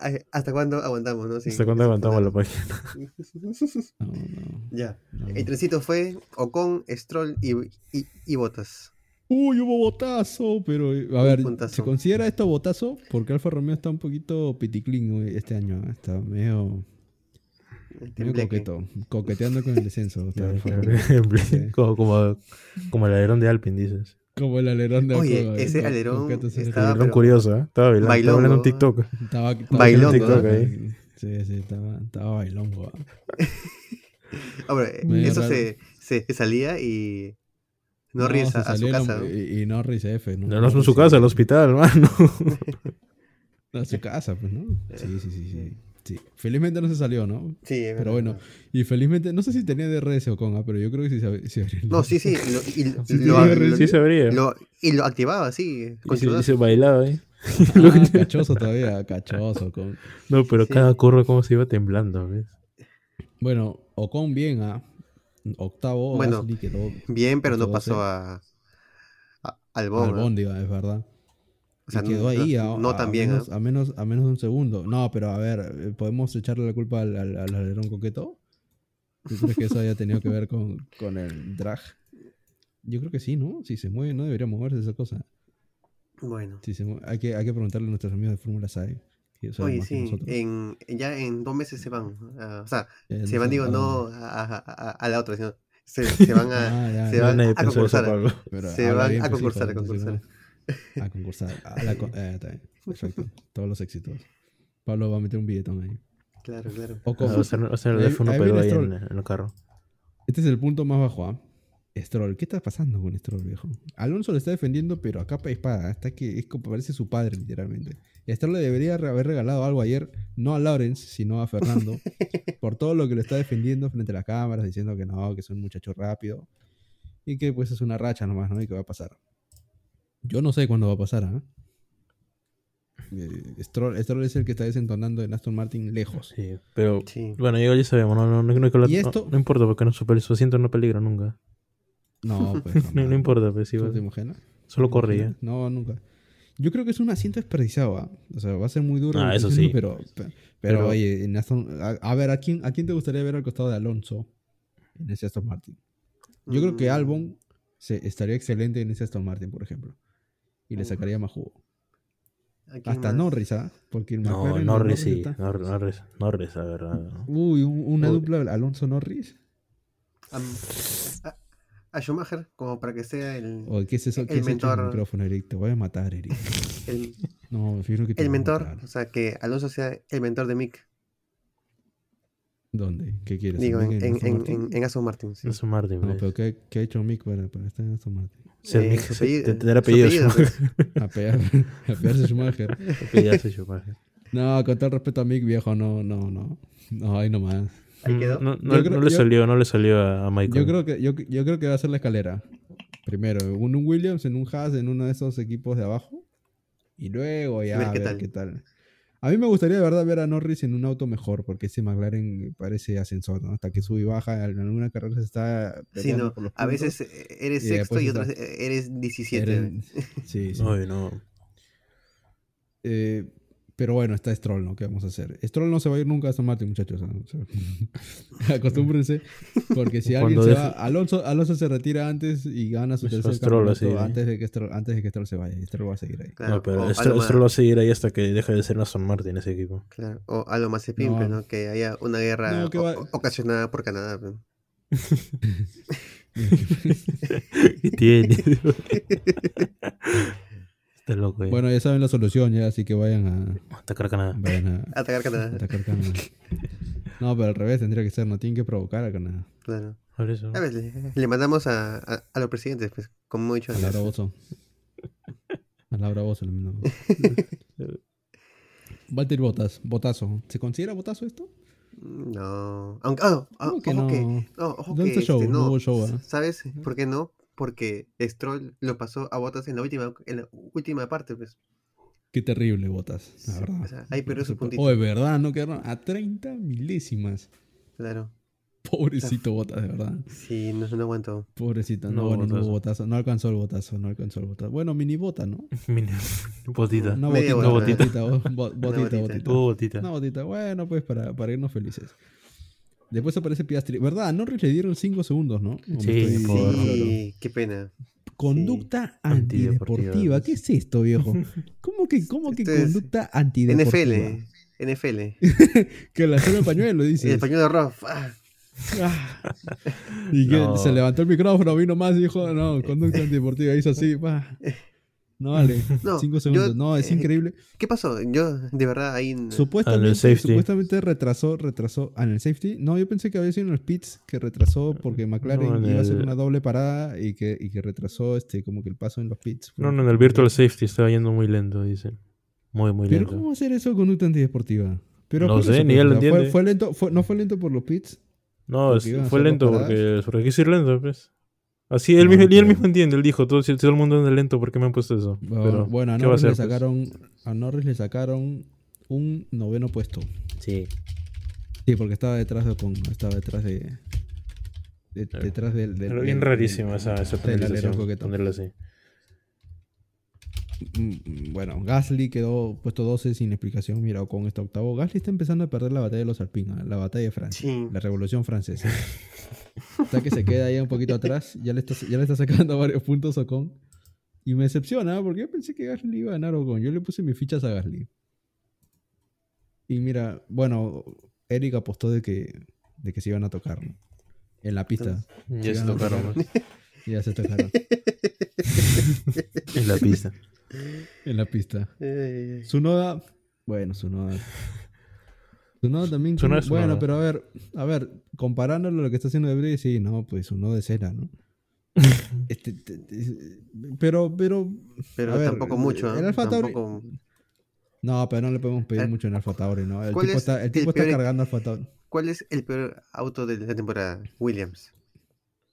S3: Ay, ¿Hasta cuándo aguantamos, no? Sí,
S1: ¿Hasta cuándo
S3: eso
S1: aguantamos la
S3: fue-
S1: página?
S2: No, no.
S3: ya.
S2: no.
S3: El trencito fue Ocon, Stroll y, y, y Botas.
S2: Uy, hubo botazo, pero eh, a ver,
S3: puntazo.
S2: ¿se considera esto botazo? Porque Alfa Romeo está un poquito piticlín güey, este año, ¿eh? está medio, medio coqueto, coqueteando con el descenso. está Alfa Romeo.
S1: como, como, como el alerón de Alpin, dices.
S2: Como el alerón ¿eh? de
S3: Oye,
S2: Acoba,
S3: ese
S2: ¿no?
S3: alerón
S2: Coqueto ese
S1: El
S3: estaba- Ah,
S1: alerón
S3: pero-
S1: curioso, ¿eh? Estaba bailando, estaba
S3: Bailongo,
S1: bailando en
S3: ah.
S1: TikTok.
S2: Estaba, estaba
S3: Bailongo,
S2: haciendo
S1: ¿no?
S2: TikTok ahí. Sí, sí, estaba, estaba bailongo. ah.
S3: Ahora, eh,
S2: Medio
S3: eso
S2: raro.
S3: se, se, se salía y no, ríes
S2: se
S3: a, a su
S2: salió la-
S3: casa. ¿no?
S2: Y, y Norris F, ¿no?
S1: No,
S2: Pues
S1: no es en
S2: Norris
S1: su
S2: F.
S1: casa, al hospital, mano.
S2: A su casa, pues, ¿no?
S3: Eh.
S2: Sí, sí, sí, sí. sí. Felizmente no se salió, ¿no?
S3: Sí, es
S2: Pero
S3: verdad.
S2: bueno, y felizmente, no sé si tenía DRS o conga, pero yo creo que sí se, se abrió.
S3: No, sí, sí. y lo- y lo-
S2: Sí, sí,
S3: lo-
S2: sí,
S3: lo-
S1: Sí se abría.
S3: lo- y lo activaba, sí.
S1: Y
S3: con
S1: se,
S3: su
S1: y
S3: brazo.
S1: se bailaba, ¿eh?
S2: Ah, cachoso todavía, cachoso. Con...
S1: No, pero cada curva como se iba temblando, ¿ves?
S2: Bueno, Ocon bien a octavo,
S3: Bueno,
S2: Gasly quedó
S3: Bien, pero no
S2: Doce.
S3: pasó a, a- al Bon.
S2: al
S3: ¿no?
S2: Bóndiga, es verdad.
S3: O sea,
S2: y quedó
S3: no-
S2: ahí
S3: No,
S2: a,
S3: no ¿eh?
S2: a
S3: tan bien. ¿ah?
S2: menos,
S3: ¿no?
S2: a, menos, a menos de un segundo. No, pero a ver, eh, ¿podemos echarle la culpa al, al, al alerón coqueto? ¿Tú crees que eso haya tenido que ver con, con el drag? Yo creo que sí, ¿no? Si se mueve, no debería moverse esa cosa.
S3: Bueno.
S2: Si se mue- hay, que, hay que preguntarle a nuestros amigos de Fórmula SAE. que ellos saben
S3: Oye,
S2: más que
S3: sí,
S2: nosotros.
S3: en, ya en dos meses se van. ah, o sea,
S2: Eh,
S3: se van,
S2: sé,
S3: digo,
S2: ah,
S3: no a, a- a- a la otra, sino se, se van a.
S2: Ah, ya,
S3: se
S2: ya.
S1: No,
S3: van
S1: nadie
S3: a
S1: pensó eso,
S3: concursar.
S1: Pablo.
S2: Pero
S3: se
S2: habla
S3: van
S2: bien, pues,
S3: a
S2: hijo,
S3: concursar, a
S2: entonces,
S3: concursar.
S2: ¿no? A concursar. A la con- eh, está bien. Perfecto. Todos los éxitos. Pablo va a meter un billetón ahí.
S3: Claro, claro.
S2: O con-
S1: No, va a ser- va a ser el
S2: Ahí-
S1: teléfono
S2: ahí
S1: pegado
S2: viene
S1: ahí en,
S2: Stroll.
S1: en el carro.
S2: Este es el punto más bajo, ¿ah? Stroll, ¿qué está pasando con Stroll, viejo? Alonso lo está defendiendo, pero a capa y espada. Hasta que es como parece su padre, literalmente. Y a Stroll le debería re- haber regalado algo ayer, no a Lawrence, sino a Fernando, por todo lo que lo está defendiendo frente a las cámaras, diciendo que no, que es un muchacho rápido. Y que pues es una racha nomás, ¿no? Y que va a pasar. Yo no sé cuándo va a pasar, ¿ah? Eh, Stroll, Stroll es el que está desentonando en Aston Martin lejos.
S1: Sí, pero
S3: Sí.
S1: bueno, yo ya sabemos, no, no, no, no, hay que hablar-
S2: ¿Y
S1: no-
S2: esto?
S1: no importa porque no, su, su asiento no peligra nunca.
S2: No, pues.
S1: No,
S2: jamás.
S1: no importa, pues
S2: ¿Tú te
S1: igual.
S2: imaginas?
S1: Solo corre ya.
S2: No, nunca. Yo creo que es un asiento desperdiciado, ¿ah? O sea, va a ser muy duro.
S1: Ah,
S2: el
S1: eso
S2: asiento,
S1: sí.
S2: Pero, pe- pero,
S1: Pero-
S2: oye, en Aston- a, a ver, ¿a quién, ¿a quién te gustaría ver al costado de Alonso en ese Aston Martin? Yo creo que
S3: Mm,
S2: Albon se, estaría excelente en ese Aston Martin, por ejemplo. Y le
S3: Uf.
S2: sacaría más jugo.
S3: ¿a quién
S2: Hasta
S3: más?
S2: Norris, ¿ah? Porque el
S1: No,
S2: McLaren de
S1: Norris sí.
S2: está-
S1: Nor- Norris, Norris, la verdad. ¿no?
S2: Uy, un- una
S1: Uy.
S2: dupla Alonso-Norris.
S3: Am- A, a Schumacher, como para que sea el,
S2: Oye, ¿qué es eso? ¿Qué
S3: El
S2: has hecho con el
S3: mentor-
S2: micrófono, Eric? Te voy a matar, Eric.
S3: el,
S2: No, me fijo que te
S3: el
S2: voy a
S3: mentor.
S2: matar.
S3: O sea, que Alonso sea el mentor de Mick.
S2: ¿Dónde? ¿Qué quieres?
S3: Digo, en,
S2: ¿También
S3: en,
S2: Aston
S3: en,
S2: Martin?
S3: en- en Aston Martin. sí.
S1: Es un Martin,
S2: No,
S1: pues.
S2: pero ¿qué, qué ha hecho Mick para, para estar en Aston Martin?
S1: Cernic,
S3: Eh, su
S1: se-
S3: apellido-
S1: te- tendrá
S3: su
S1: apellido
S3: apellido,
S1: Schumacher.
S2: A pegar, a pegarse Schumacher.
S1: Ok, ya pues. sé Schumacher.
S2: No, con todo el respeto a Mick, viejo, no, no, no. No, ahí nomás.
S3: Ahí
S1: Mm,
S3: quedó.
S1: No, no-
S2: Yo creo-
S1: no le
S2: yo-
S1: salió, no le salió a a Michael.
S2: Yo creo, que, yo, yo creo que va a ser la escalera. Primero, en un Williams, en un Haas, en uno de esos equipos de abajo. Y luego ya a ver qué, tal. A mí me gustaría de verdad ver a Norris en un auto mejor, porque ese McLaren parece ascensor, ¿no? Hasta que sube y baja, en alguna carrera se está...
S3: Sí,
S2: peleando
S3: no.
S2: por los
S3: A
S2: puntos.
S3: veces eh, eres
S2: y
S3: sexto
S2: después
S3: y
S2: está-
S3: otras eh, eres 17.
S2: Eren- Sí, sí.
S1: Ay, no.
S2: Eh, pero bueno, está Stroll, ¿no? ¿Qué vamos a hacer? Stroll no se va a ir nunca a Aston Martin, muchachos. ¿no? O sea, acostúmbrense, porque si alguien
S1: Cuando
S2: se
S1: deje-
S2: va, Alonso, Alonso se retira antes y gana su
S1: Eso,
S2: tercer
S1: Stroll,
S2: campeonato
S1: así, ¿eh?
S2: antes de que Stroll, antes de que Stroll se vaya. Y Stroll va a seguir ahí.
S3: Claro,
S1: no, pero
S3: o
S1: esto,
S3: algo más-
S1: esto lo va a seguir ahí hasta que deje de ser Aston Martin ese equipo.
S3: Claro, o a lo más se pimple,
S2: No.
S3: ¿no? Que haya una guerra
S2: No, que
S3: o-
S2: va-
S3: o- ocasionada por Canadá. pues, pe.
S1: ¿Qué tiene? Está loco, eh.
S2: Bueno, ya saben la solución ya, así que vayan a,
S1: Atacar Canadá.
S2: vayan a
S3: Atacar Canadá,
S2: atacar Canadá. No, pero al revés tendría que ser, no tienen que provocar a Canadá.
S3: claro.
S1: Por eso.
S3: A ver, le, le mandamos a, a, a los presidentes, pues, como he dicho
S2: A Laura
S3: antes.
S2: Bozo. A Laura Bozo le mandamos. Walter Botas, botazo. ¿Se considera botazo esto?
S3: No. Aunque, ah, no, ah,
S2: ¿Cómo que
S3: ojo que,
S2: no?
S3: no, ojo
S2: ¿Dónde
S3: que,
S2: está
S3: este,
S2: show? No
S3: no.
S2: hubo show, ¿ah?
S3: ¿Sabes por qué no? Porque Stroll lo pasó a Botas en la última, en la última parte, pues.
S2: Qué terrible botas, la verdad.
S3: O sea, ahí perdió su puntito.
S2: Oh, de verdad, no quedaron a 30 milésimas.
S3: Claro.
S2: Pobrecito botas, de verdad.
S3: Sí, no, no aguantó.
S2: Pobrecito,
S1: No
S2: no,
S1: hubo
S2: bueno, no hubo
S1: botazo.
S2: botazo. No alcanzó el botazo, no alcanzó el botazo. Bueno, mini bota, ¿no?
S1: Mira, botita.
S2: Una
S3: Media
S1: botita.
S2: botita, botita, bo- bo- botita,
S3: botita.
S2: botita.
S1: Tuvo botita.
S2: Una botita, bueno, pues para, para irnos felices. Después aparece Piastri. ¿Verdad? A Norris le dieron 5 segundos, ¿no? ¿O me
S1: Sí,
S2: estoy-
S1: por-
S3: Sí, qué pena.
S2: Conducta
S1: Antideportiva,
S2: antideportiva.
S1: pues.
S2: ¿Qué es esto, viejo? ¿Cómo que, cómo que
S3: Esto es
S2: conducta antideportiva?
S3: NFL, NFL.
S2: Que la en pañuelo, dices.
S3: El pañuelo de Roth, ah,
S2: Ah. y que
S1: No.
S2: se levantó el micrófono, vino más y dijo, no, conducta antideportiva, hizo así, va. No vale,
S3: No,
S2: cinco segundos.
S3: yo-
S2: no, es
S3: eh,
S2: increíble.
S3: ¿Qué pasó? Yo, de verdad, ahí. n-
S1: en el
S2: Supuestamente,
S1: safety.
S2: supuestamente retrasó, retrasó. Ah, en el safety. No, yo pensé que había sido en los pits que retrasó porque McLaren
S1: No, en
S2: iba a hacer
S1: el-
S2: una doble parada y que, y que retrasó este como que el paso en los pits.
S1: No, no, en el Virtual Safety estaba yendo muy lento, dicen. Muy, muy
S2: Pero
S1: lento.
S2: ¿cómo hacer eso con conducta antideportiva? Pero
S1: No
S2: por
S1: sé,
S2: eso,
S1: ni
S2: pues,
S1: él lo
S2: o sea, fue-
S1: entiende.
S2: Fue, lento, fue- no fue lento por los pits.
S1: No,
S2: Porque
S1: es-
S2: iban a
S1: fue
S2: hacer dos
S1: lento
S2: paradas. Ah,
S1: porque porque quiso ir lento, pues. Así, él,
S2: No,
S1: mismo, y él
S2: pero-
S1: mismo entiende, él dijo, todo, si todo el mundo anda lento, ¿por qué me han puesto eso?
S2: Bueno,
S1: Pero,
S2: Ah, bueno, a
S1: ¿qué va a
S2: Norris,
S1: hacer?
S2: le
S1: pues?
S2: sacaron, a Norris le sacaron un noveno puesto.
S1: Sí.
S2: Sí, porque estaba detrás de Ocon, estaba detrás de. de-
S1: Claro.
S2: detrás del. del-
S1: Pero bien
S2: del-
S1: rarísimo esa, esa
S2: del alero
S1: penalización,
S2: coqueto.
S1: ponerlo así.
S2: Mm, mm, Bueno, Gasly quedó puesto 12 sin explicación. Mira, Ocon está octavo. Gasly está empezando a perder la batalla de los alpinos, la batalla de Francia,
S3: Sí.
S2: la revolución francesa. Está que se queda ahí un poquito atrás, ya le está, ya le está sacando varios puntos a Ocon. Y me decepciona, porque yo pensé que Gasly iba a ganar a Ocon. Yo le puse mis fichas a Gasly. Y mira, bueno, Eric apostó de que, de que se iban a tocar, ¿no? En la pista.
S1: Ya se
S2: Llegaron a
S1: tocaron
S2: tocar. Ya se tocaron.
S1: pues, en la pista.
S2: en la pista.
S3: Eh,
S2: Sunoda. Bueno, Sunoda. Sunoda también. como-
S1: Tsunoda es Tsunoda.
S2: bueno, pero a ver, a ver, comparándolo a lo que está haciendo Debris, sí, no, pues Sunoda es cera, ¿no? Este, te- te- pero, pero.
S3: pero
S2: a ver,
S3: tampoco mucho. ¿eh?
S2: El Alfa Tauri.
S3: Tampoco-
S2: No, pero no le podemos pedir
S3: Eh,
S2: mucho en Alfa Tauri, ¿no? El
S3: ¿cuál
S2: tipo
S3: es
S2: está, el
S3: el
S2: tipo está
S3: peor- e-
S2: cargando Alfa Tauri.
S3: ¿Cuál es el peor auto de la temporada? Williams.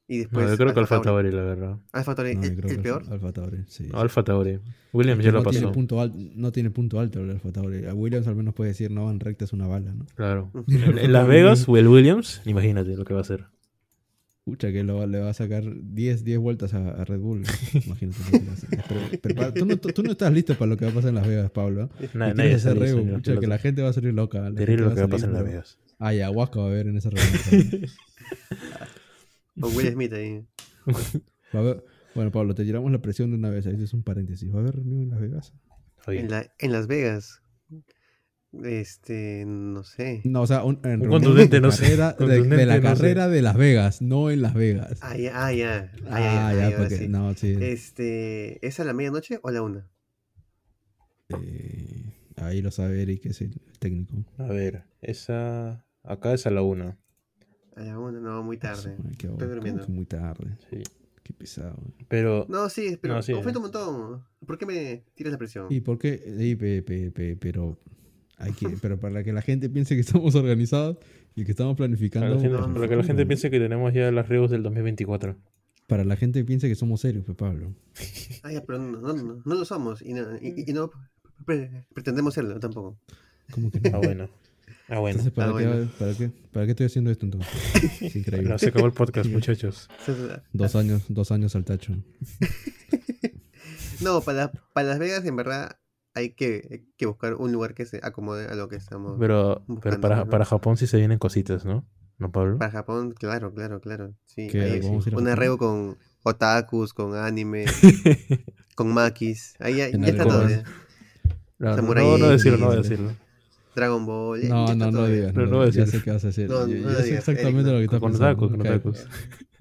S3: Y
S1: No,
S3: después.
S1: yo creo que Alfa
S3: Pues, Tauri.
S1: Tauri, la verdad.
S3: Alfa Tauri,
S2: No, yo
S3: el,
S2: creo
S3: el
S2: que
S3: peor.
S2: Alfa Tauri, sí.
S1: No, Alfa Tauri. Williams ya
S2: no
S1: la
S2: Tiene
S1: pasó.
S2: punto alto, no tiene punto alto el Alfa Tauri. A Williams al menos puede decir, no, en recta es una bala, ¿no?
S1: Claro. En en Las Vegas, o el Williams, imagínate lo que va a hacer.
S2: Pucha, que lo va- le va a sacar 10, 10 vueltas a, a Red Bull. Imagínate. lo que le hace. Pero- pero pa- tú, no, tú no estás listo para lo que va a pasar en Las Vegas, Pablo. ¿eh?
S1: Na-
S2: Y
S1: nadie
S2: quieres
S1: está
S2: hacer
S1: listo,
S2: reo,
S1: ni la
S2: pucha, que
S1: pelota.
S2: la gente va a salir loca. la gente
S1: Terrible lo que va a
S2: salir,
S1: pasar en Las
S2: pero-
S1: Vegas.
S2: Ayahuasca va a haber en esa reunión.
S3: O Will Smith ahí.
S2: Va a haber- Bueno, Pablo, te tiramos la presión de una vez. Ahí es un paréntesis. ¿Va a haber reunión en Las Vegas?
S1: Oye,
S3: En, la- en Las Vegas. Este, no sé.
S2: No, o sea, un, en
S1: Un
S2: reunión
S1: contundente,
S2: de
S1: no sé.
S2: carrera- de, de la
S1: Contundente, no sé.
S2: carrera de Las Vegas, no en Las Vegas.
S3: Ah, ya, ah, ya. Ah, ya,
S2: Ah,
S3: ya, ah,
S2: ya,
S3: ya, ahora
S2: porque.
S3: sí.
S2: No, sí.
S3: Este, ¿es a la medianoche o a la una?
S2: Eh, ahí lo sabe Eric, que es el técnico.
S1: A ver, esa. Acá es a la 1.
S3: A la una, no, muy tarde.
S2: Ay, qué
S3: Estoy
S2: hora, ¿cómo
S3: durmiendo.
S2: que muy tarde.
S1: Sí.
S2: Qué pesado. ¿eh?
S1: Pero
S3: No, sí, pero
S1: No, sí,
S3: confío
S1: eh.
S3: un montón. ¿Por qué me tiras la presión?
S2: ¿Y por qué? Sí, pe- pe- pe- pero, hay que, pero para que la gente piense que estamos organizados y que estamos
S1: para
S2: planificando.
S1: la gente-
S3: no,
S1: para que la gente piense que tenemos ya las reviews del 2024.
S2: Para la gente piense que somos serios, pues Pablo.
S3: Ah, ya, pero no, no, no, no lo somos y no, y- y no pre- pretendemos serlo tampoco.
S2: ¿Cómo que
S1: Ah,
S2: no?
S1: bueno. Ah, bueno.
S2: Entonces, ¿para,
S3: Ah,
S2: qué,
S3: bueno.
S2: ¿para, qué, ¿para qué estoy haciendo esto entonces? Es increíble.
S1: Bueno, se
S3: pues,
S1: acabó el podcast, muchachos.
S2: Dos años, dos años al tacho.
S3: No, para, para Las Vegas en verdad hay que, que buscar un lugar que se acomode a lo que estamos.
S1: Pero, pero
S3: Buscando,
S1: para,
S3: ¿no?
S1: para Japón sí se vienen cositas, ¿no? ¿No, Pablo?
S3: Para Japón, claro, claro, claro. Sí,
S2: ¿Qué?
S3: ahí
S2: ¿Vamos a ir a
S3: un
S2: Japón?
S3: arreo con otakus, con anime, con makis. Ahí ya,
S2: En
S3: ya está
S1: algún
S3: todo. ¿eh?
S1: momento.
S3: ya.
S1: No, no,
S3: Samurai.
S1: no, no decirlo, no decirlo.
S3: Dragon Ball. Eh, ya- ya
S2: No,
S3: está
S2: no, no
S3: todo ya.
S2: digas.
S1: Pero
S2: No,
S1: no voy a
S2: ya
S1: decir.
S2: sé qué vas a hacer.
S3: No,
S2: Yo-
S3: no
S2: yo
S3: lo
S2: sé
S3: digas,
S2: exactamente
S3: Eric,
S2: lo que estás
S1: Con
S2: pensando.
S1: tacos, con
S2: ok.
S1: tacos.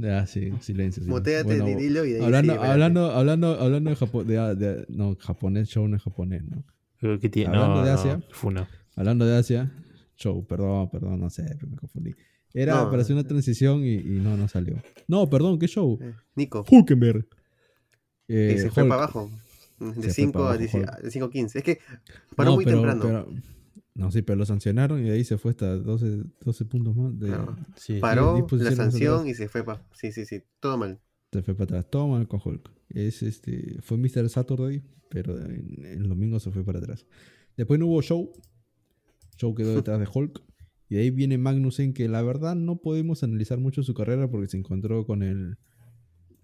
S2: Ah, sí, silencio. silencio.
S3: Muteate,
S2: Bueno,
S3: dilo y de ahí
S2: hablando,
S3: sí, adelante.
S2: hablando, hablando, hablando de Japón, de, de- no, japonés, show no es japonés, ¿no?
S1: Creo que tiene-
S2: Hablando
S1: No,
S2: de
S1: no,
S2: Asia.
S1: funa.
S2: Hablando de Asia, show, perdón, perdón, no sé, me confundí. Era
S3: No,
S2: para hacer una transición y, y no, no salió. No, perdón, ¿qué show?
S3: Eh, Nico,
S2: Hulkenberg.
S3: que
S2: Eh,
S3: se fue
S2: Hulk.
S3: para abajo. Mm,
S2: fue
S3: De 5
S2: para
S3: a
S2: abajo,
S3: 10
S2: Hulk.
S3: a 5 15. Es que paró
S2: No,
S3: muy
S2: pero-
S3: temprano.
S2: pero- no, sí, pero lo sancionaron y de ahí se fue hasta 12, 12 puntos más. de-
S3: No.
S1: Sí.
S2: sí,
S3: paró la
S2: eh, disposición
S3: sanción y se fue para. Sí, sí, sí. Todo mal.
S2: Se fue para atrás. Todo mal con Hulk. Es, este, fue Mr. Saturday, pero en- el domingo se fue para atrás. Después no hubo show. Show quedó detrás de Hulk. Y de ahí viene Magnussen, que la verdad no podemos analizar mucho su carrera porque se encontró con el.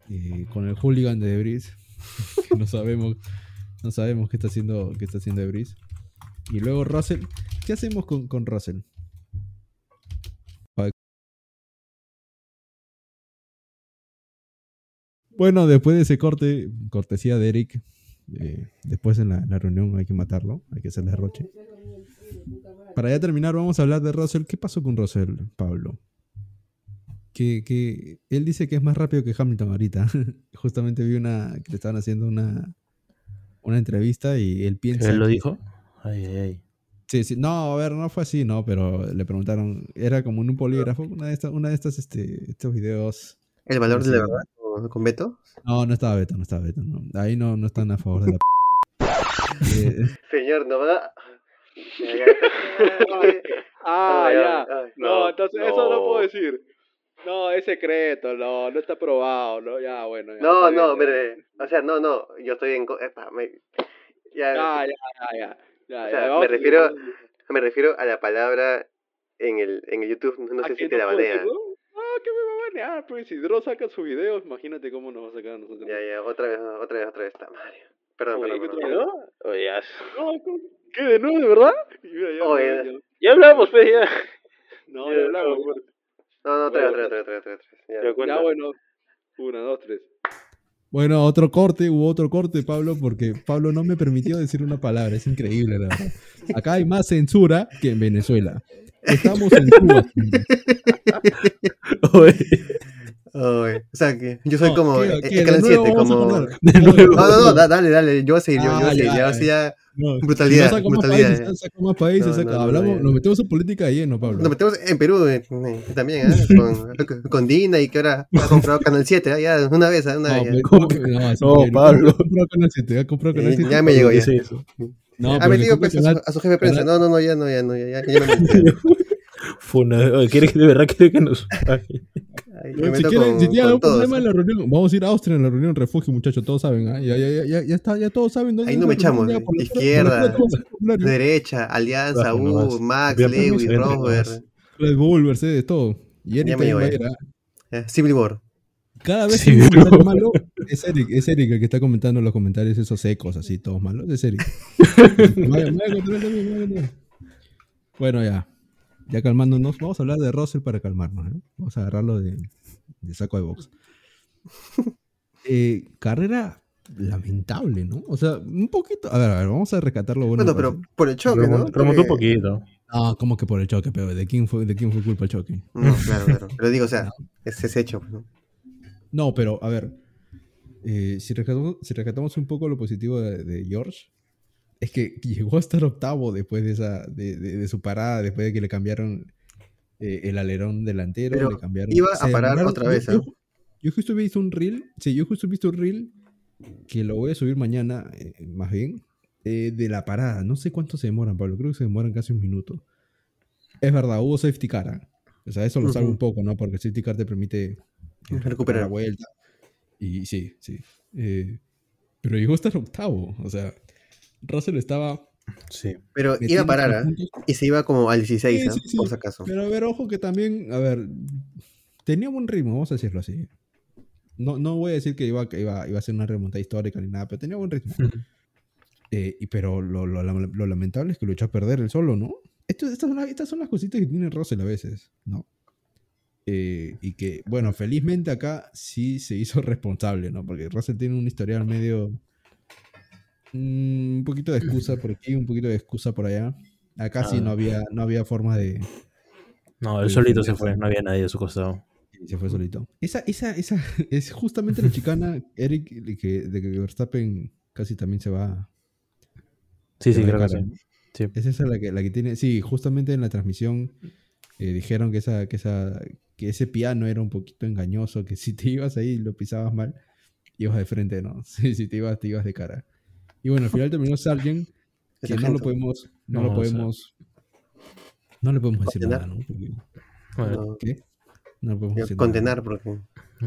S2: eh, con el hooligan de Debris. no sabemos. No sabemos qué está haciendo. Qué está haciendo Debris. Y luego Russell. ¿Qué hacemos con, con Russell? Bueno, después de ese corte, cortesía de Eric, eh, después en la, en la reunión hay que matarlo, hay que hacer derroche. Para ya terminar, vamos a hablar de Russell. ¿Qué pasó con Russell, Pablo? Que, que él dice que es más rápido que Hamilton ahorita. Justamente vi una que le estaban haciendo una, una entrevista y él piensa.
S1: ¿Él lo
S2: que-
S1: dijo? Ay, ay, ay.
S2: Sí, sí. No, a ver, no fue así, no, pero le preguntaron. Era como en un polígrafo, una de estas, una de estas, este, estos videos.
S3: El valor de
S2: Sí.
S3: la verdad ¿no? con Beto.
S2: No, no estaba Beto, no estaba Beto. no. Ahí no, no están a favor de la p. Eh,
S3: Señor, no va.
S4: Ah, ya. No, entonces
S5: no.
S4: eso no puedo decir. No, es secreto, no, no está probado, no, ya, bueno. ya,
S3: No,
S4: está bien,
S3: no,
S4: ya.
S3: mire, o sea, no, no, yo estoy en... co- epa, me, ya,
S4: Ya, ya, ya, ya. ya,
S3: O
S4: ya,
S3: sea,
S4: vamos
S3: me
S4: a-
S3: refiero me refiero a la palabra en el, en el YouTube, no
S4: ¿A
S3: sé
S4: que
S3: si te la
S4: puedo decir,
S3: banean.
S4: no? Ah, que me va a banear, pues si Dross saca sus videos, imagínate cómo nos va a sacar a nosotros.
S3: Ya, ya, otra vez, otra vez, otra vez, está Mario. Perdón,
S4: Oye,
S3: perdón,
S4: ¿qué
S3: perdón.
S4: otra vez? No, ¿cómo? ¿Qué de nuevo, de verdad? Y mira, ya,
S3: Oye.
S4: ya, ya.
S5: Ya hablamos, pues ya.
S4: No, ya hablamos.
S3: No, no, otra vez,
S4: Bueno,
S3: otra vez, otra vez, otra vez, otra vez, ya.
S5: Ya cuenta.
S4: Ya, bueno. Una, dos, tres.
S2: Bueno, otro corte, hubo otro corte, Pablo, porque Pablo no me permitió decir una palabra. Es increíble, la verdad. Acá hay más censura que en Venezuela. Estamos en Cuba.
S3: Ay, o sea, que yo soy
S2: No,
S3: como...
S2: ¿qué-
S3: eh,
S2: qué?
S3: eh,
S2: ¿De
S3: Canal
S2: nuevo
S3: 7,
S2: vamos a
S3: como...
S2: poner?
S3: No, no, no, da- dale, dale, yo voy a seguir, yo, yo voy
S2: Ah,
S3: a seguir,
S2: ya,
S3: ya, así ya...
S2: No,
S3: Brutalidad,
S2: si no saco más
S3: brutalidad,
S2: países,
S3: eh.
S2: no saco más países,
S3: No,
S2: saca-
S3: no, no,
S2: hablamos,
S3: ya.
S2: nos metemos en política de lleno, Pablo.
S3: Nos metemos en Perú eh, eh, también, ¿ah? Con, con Dina y que ahora ha comprado Canal 7, ¿ah? ya, una vez, ¿ah? una
S2: No,
S3: vez. ya.
S2: me-
S1: ¿Cómo que-
S2: no, así
S1: No,
S2: que-
S1: Pablo.
S2: Compró Canal 7, ha comprado Canal
S3: Eh,
S2: 7.
S3: ya me llegó, ya.
S1: Dice eso.
S2: No,
S3: ha
S2: pero le
S3: metido
S2: compra
S3: pues, a, su,
S2: Canal-
S3: a su jefe de prensa. No, no, no, ya no, ya no, ya, ya, ya me metí.
S1: Funa. Oye, ¿quiere que de verdad quiere que nos pague?
S3: Ay,
S2: Bueno,
S3: me
S2: Eh, si
S3: meto
S2: quieren,
S3: con-
S2: si tienen
S3: con
S2: algún
S3: todos.
S2: problema en la reunión, vamos a ir a Austria en la reunión refugio, muchachos, todos saben, ¿ah? ya, ya, ya, ya, ya está, ya todos saben dónde
S3: Ahí no
S2: es
S3: me
S2: la reunión,
S3: echamos,
S2: ya, por la- por
S3: izquierda,
S2: la- por la- por la-
S3: Derecha, Alianza,
S1: Baja nomás.
S3: U, Max,
S1: Había permiso
S3: Lewis,
S1: entre
S3: Robert,
S1: nomás.
S2: Red Bull, Mercedes, todo. Y Eric
S3: Ya me
S2: también va a
S3: voy.
S2: ir, ¿ah?
S3: eh, Civil War.
S2: Cada vez
S1: Sí,
S2: que hay un
S1: bro.
S2: comentario malo, es Eric, es Eric el que está comentando los comentarios esos secos, así, todos malos, es Eric. Vaya, vaya, control, vaya, vaya, vaya. bueno, ya. Ya calmándonos, vamos a hablar de Russell para calmarnos, ¿eh? Vamos a agarrarlo de, de saco de box. Eh, carrera lamentable, ¿no? O sea, un poquito. A ver, a ver, vamos a rescatar lo bueno. pues,
S3: Bueno,
S2: de
S3: pero
S2: Russell.
S3: por el choque, ¿no?
S1: Remon- Remontó un
S3: Porque-
S1: poquito.
S2: Ah, como que por el choque, pero ¿de quién fue, de quién fue culpa el choque?
S3: No, claro, claro. Pero digo, o sea, ese es hecho. pues, ¿no?
S2: No, pero a ver, eh, si, rescatamos, si rescatamos un poco lo positivo de, de George, es que llegó a estar octavo después de, esa, de, de- de su parada, después de que le cambiaron eh, el alerón delantero,
S3: Pero
S2: le cambiaron...
S3: iba a
S2: se
S3: parar
S2: demoraron-
S3: otra vez,
S2: yo-
S3: ¿ah?
S2: yo- Yo justo he visto un reel, sí, yo justo he visto un reel que lo voy a subir mañana, eh, más bien, eh, de la parada. No sé cuánto se demoran, Pablo, creo que se demoran casi un minuto. Es verdad, hubo safety car. ¿ah? O sea, eso lo salvo
S3: Ujú.
S2: un poco, ¿no? Porque el safety car te permite eh,
S3: Recuperar.
S2: la vuelta. Y sí, sí. Eh, pero llegó hasta el octavo. O sea, Russell estaba.
S1: Sí.
S3: Pero iba
S2: metiendo
S3: a parar,
S2: tres
S3: ¿ah?
S2: puntos.
S3: Y se iba como al 16,
S2: Sí,
S3: ¿ah?
S2: sí, sí.
S3: por si acaso.
S2: Pero a ver, ojo que también, a ver, tenía buen ritmo, vamos a decirlo así. No, no voy a decir que iba, que iba, iba a ser una remontada histórica ni nada, pero tenía buen ritmo. Eh, y, pero lo, lo- lo- lo lamentable es que lo echó a perder el solo, ¿no? Esto- estas, son las, estas son las cositas que tiene Russell a veces, ¿no? Eh, y que, bueno, felizmente acá sí se hizo responsable, ¿no? Porque Russell tiene un historial medio... mm, un poquito de excusa por aquí, un poquito de excusa por allá. Acá sí
S1: Ah.
S2: no había, no había forma de,
S1: No, él
S2: Sí,
S1: solito
S2: sí,
S1: se fue,
S2: sí.
S1: no había nadie a su costado.
S2: Y se fue solito. Esa, esa, esa es justamente la chicana, Eric, de que, de que Verstappen casi también se va.
S1: Sí, sí,
S2: se va
S1: creo
S2: de
S1: que sí.
S2: cara.
S1: Sí.
S2: Es esa la que, la que tiene. Sí, justamente en la transmisión eh, dijeron que, esa, que, esa, que ese piano era un poquito engañoso, que si te ibas ahí y lo pisabas mal, ibas de frente, ¿no? Sí, si te ibas, te ibas de cara. Y bueno, al final terminó Sargent,
S3: El
S2: que no lo
S3: sargento.
S2: podemos. No,
S1: No,
S2: lo
S1: o sea,
S2: podemos. No le podemos decir
S3: condenar.
S2: nada, ¿no? Porque-
S1: Bueno,
S3: No,
S2: ¿Qué? No le podemos
S3: yo
S2: decir nada.
S3: condenar porque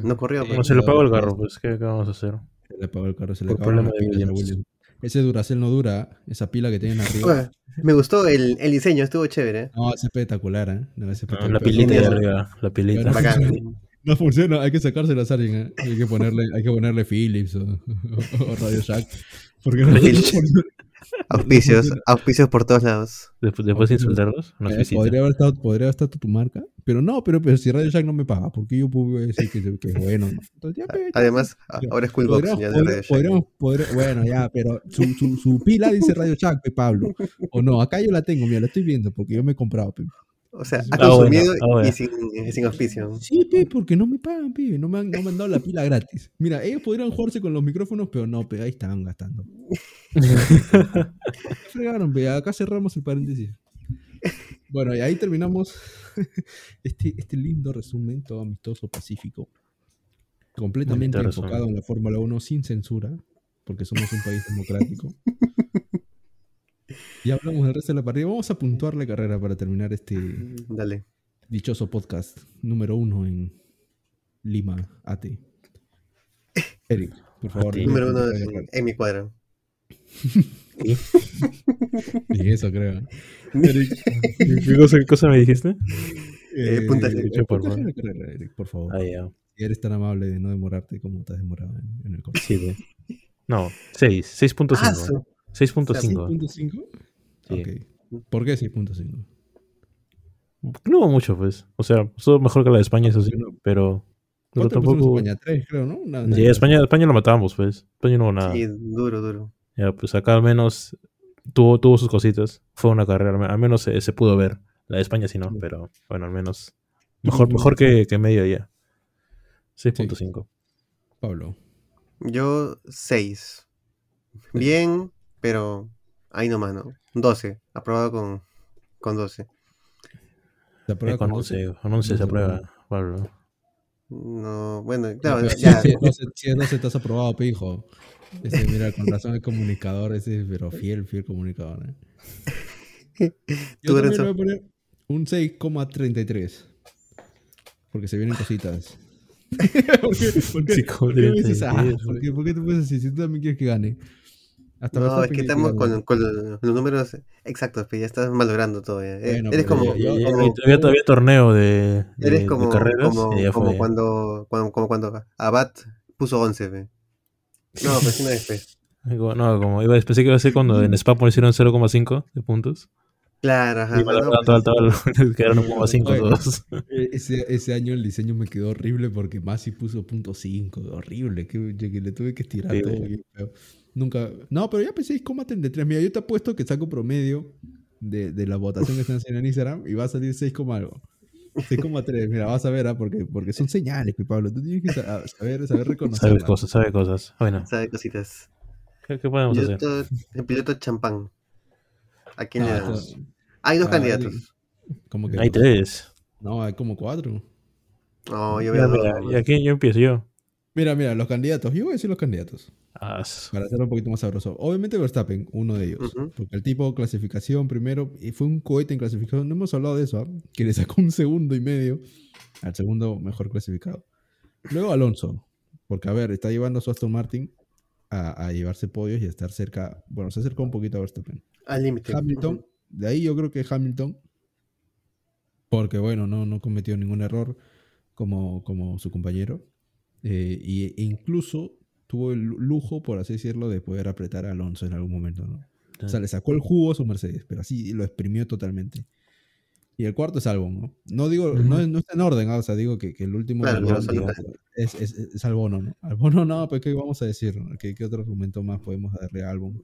S3: no corrió.
S1: no
S3: pero-
S1: se lo pagó el carro, pues, ¿qué, qué vamos a hacer?
S2: Se le apagó el carro, se le
S1: Por
S2: acabaron
S1: problema de
S2: las pilas a
S1: Williams.
S2: Williams. Ese Duracell no dura, esa pila que tienen arriba.
S3: Bueno, me gustó el, el diseño, estuvo chévere. ¿eh?
S2: No, es espectacular, ¿eh? No, es
S1: No,
S2: espectacular.
S1: Ah, la pilita de
S3: no, no.
S1: arriba, la pilita.
S2: Pero-
S3: Bacán.
S2: No funciona, hay que sacársela a Sargent, ¿eh? Hay que ponerle, hay que ponerle Philips o, o- o Radio Shack. Porque no, no
S3: Philips.
S2: funciona.
S3: Auspicios, auspicios por todos lados.
S1: Después, después de insultarlos, nos
S2: Eh,
S1: visita.
S2: podría haber estado, podría haber estado tu marca, pero no, pero, pero si Radio Shack no me paga, porque yo puedo decir que, que es bueno. ¿no? Entonces, ya, pe,
S3: Además, a-
S2: Ya.
S3: ahora es Coolbox.
S2: Podríamos,
S3: ya de
S2: podri-
S3: Radio Shack.
S2: podríamos- podri- bueno, ya, pero su, su- su pila dice Radio Shack, pe, Pablo. O no, acá yo la tengo, mira, la estoy viendo porque yo me he comprado. pe.
S3: O sea,
S2: Ah,
S3: ha
S1: bueno,
S3: consumido
S1: ah, bueno.
S3: y sin, y sin auspicio.
S2: Sí, pe, porque no me pagan, pibe. No me, han, no me han dado la pila gratis. Mira, ellos podrían jugarse con los micrófonos, pero no, pe, ahí estaban gastando. Se fregaron, pe. Acá cerramos el paréntesis. Bueno, y ahí terminamos este, este lindo resumen, todo amistoso, pacífico. Completamente
S1: Bonito resumen.
S2: enfocado en la Fórmula 1 sin censura, porque somos un país democrático. Y hablamos del resto de la partida. Vamos a puntuar la carrera para terminar este,
S3: Dale.
S2: dichoso podcast número uno en Lima, AT. Eric, por favor.
S1: AT.
S2: lee
S3: Número
S2: tu
S3: uno
S2: comentario
S3: en, en mi cuadro.
S2: rápido. Y eso creo. ¿eh?
S1: ¿Qué cosa, qué cosa me dijiste?
S3: Eh, puntaje.
S2: eh,
S1: Por
S2: puntaje
S1: favor.
S2: de carrera, Eric, por favor.
S1: Ah, ya.
S2: Si eres tan amable de no demorarte como te has demorado en, en el corte.
S1: Siete. No, 6,
S2: pues,
S1: 6.5.
S3: Ah, su-
S1: 6.5.
S2: 6.5.
S1: Sí.
S2: Ok. ¿Por qué 6.5?
S1: No hubo mucho, pues. O sea, estuvo mejor que la de España, eso sí, pero. Pero
S2: ¿Cuánto le pusimos a
S1: tampoco.
S2: España? 3, creo, ¿no? Nada,
S1: Y
S2: nada.
S1: España, España lo matamos, pues. España no hubo
S2: Ah.
S1: nada.
S3: sí, duro, duro.
S1: Ya, pues acá al menos tuvo, tuvo sus cositas. Fue una carrera, al menos se, se pudo ver. La de España sí no,
S2: Sí.
S1: pero bueno, al menos.
S2: Yo
S1: Mejor,
S2: creo
S1: mejor que, que medio ya. 6.5.
S2: Pablo.
S3: Yo, 6. Bien, pero ahí nomás, ¿no? 12. Aprobado con, con 12.
S2: ¿Te
S1: Eh,
S2: aprueba
S1: con
S2: con
S1: 11, con 11 se
S2: Once,
S1: aprueba,
S2: bueno.
S1: Pablo.
S3: No, bueno,
S2: No,
S3: claro,
S2: pero
S3: ya.
S2: Si es 12, si es 12 estás aprobado, pijo. Ese, mira, con razón el comunicador, ese, pero fiel, fiel comunicador. ¿eh? Yo
S3: Tú,
S2: también
S3: Renzo.
S2: le voy a poner un 6,33. Porque se vienen cositas. ¿Por qué, por qué- por qué me dices, ah,
S1: 6,33,
S2: ¿por qué, por qué te puedes decir si tú también quieres que gane? Hasta
S3: No,
S2: Verstappen
S3: es que
S2: quiere
S3: estamos
S2: gane.
S3: con, con los los números exactos, pero ya estás malogrando todo. ya. Eh,
S2: Bueno,
S3: eres
S2: pero
S3: como,
S2: ya- ya- ya-
S3: como-
S1: Había, había- había torneo de, de-
S3: eres
S1: de
S3: como,
S1: carreras
S3: como,
S1: y ya
S3: como
S1: fue.
S3: cuando, cuando, como cuando Abad puso 11. ve. No, pues. pero sí me después.
S1: Digo, No, como iba, pensé que iba a ser cuando en Spa por hicieron 0,5 de puntos.
S3: Claro, ajá.
S1: y
S3: no,
S1: me la
S3: no,
S1: verdad,
S3: pues,
S1: todo- todo- quedaron 1,5
S2: Oye.
S1: todos.
S2: Eh, Ese, ese año el diseño me quedó horrible porque Masi puso punto .5, horrible, que, yo que le tuve que estirar
S1: Sí,
S2: todo.
S1: sí.
S2: bien feo. Nunca, no, pero ya pensé 6,33. Mira, yo te apuesto que saco promedio de, de la votación que están haciendo en Instagram y va a salir 6, coma algo. 6,3, mira, vas a ver, ¿ah? porque, porque son señales, mi Pablo. Tú tienes que sa- saber, saber reconocer.
S1: Sabe cosas, sabe cosas. Bueno,
S3: pues, sabe cositas.
S1: ¿qué, qué podemos hacer?
S3: Piloto, el piloto champán. ¿A quién le damos? Hay dos
S2: ah,
S3: candidatos.
S2: Como que
S1: Hay
S2: dos.
S1: tres.
S2: No, hay como cuatro.
S3: No, yo voy a
S1: Ya,
S3: hablar.
S1: mira, y aquí yo empiezo yo.
S2: Mira, mira, los candidatos. Yo voy a decir los candidatos.
S1: Ah, s-
S2: Para hacerlo un poquito más sabroso. Obviamente Verstappen, uno de ellos.
S3: Ujú.
S2: Porque el tipo clasificación primero, y fue un cohete en clasificación. No hemos hablado de eso, ¿ah? que le sacó un segundo y medio al segundo mejor clasificado. Luego Alonso, porque a ver, está llevando a su Aston Martin a, a llevarse podios y a estar cerca. Bueno, se acercó un poquito a Verstappen.
S3: Al límite.
S2: Hamilton, de ahí yo creo que Hamilton, porque bueno, no, no cometió ningún error como, como su compañero. Eh, y, e incluso tuvo el lujo, por así decirlo, de poder apretar a Alonso en algún momento, ¿no? O sea, le sacó el jugo a su Mercedes, pero así lo exprimió totalmente. Y el cuarto es Albon, ¿no? No digo, no, no está en orden, ¿ah? o sea, digo que, que el último
S3: Claro,
S2: del
S3: claro,
S2: orden,
S3: sí,
S2: digamos, es, es, es Albono, ¿no? Albono no, pues ¿qué vamos a decir? no? ¿Qué, qué otro argumento más podemos darle a Albon?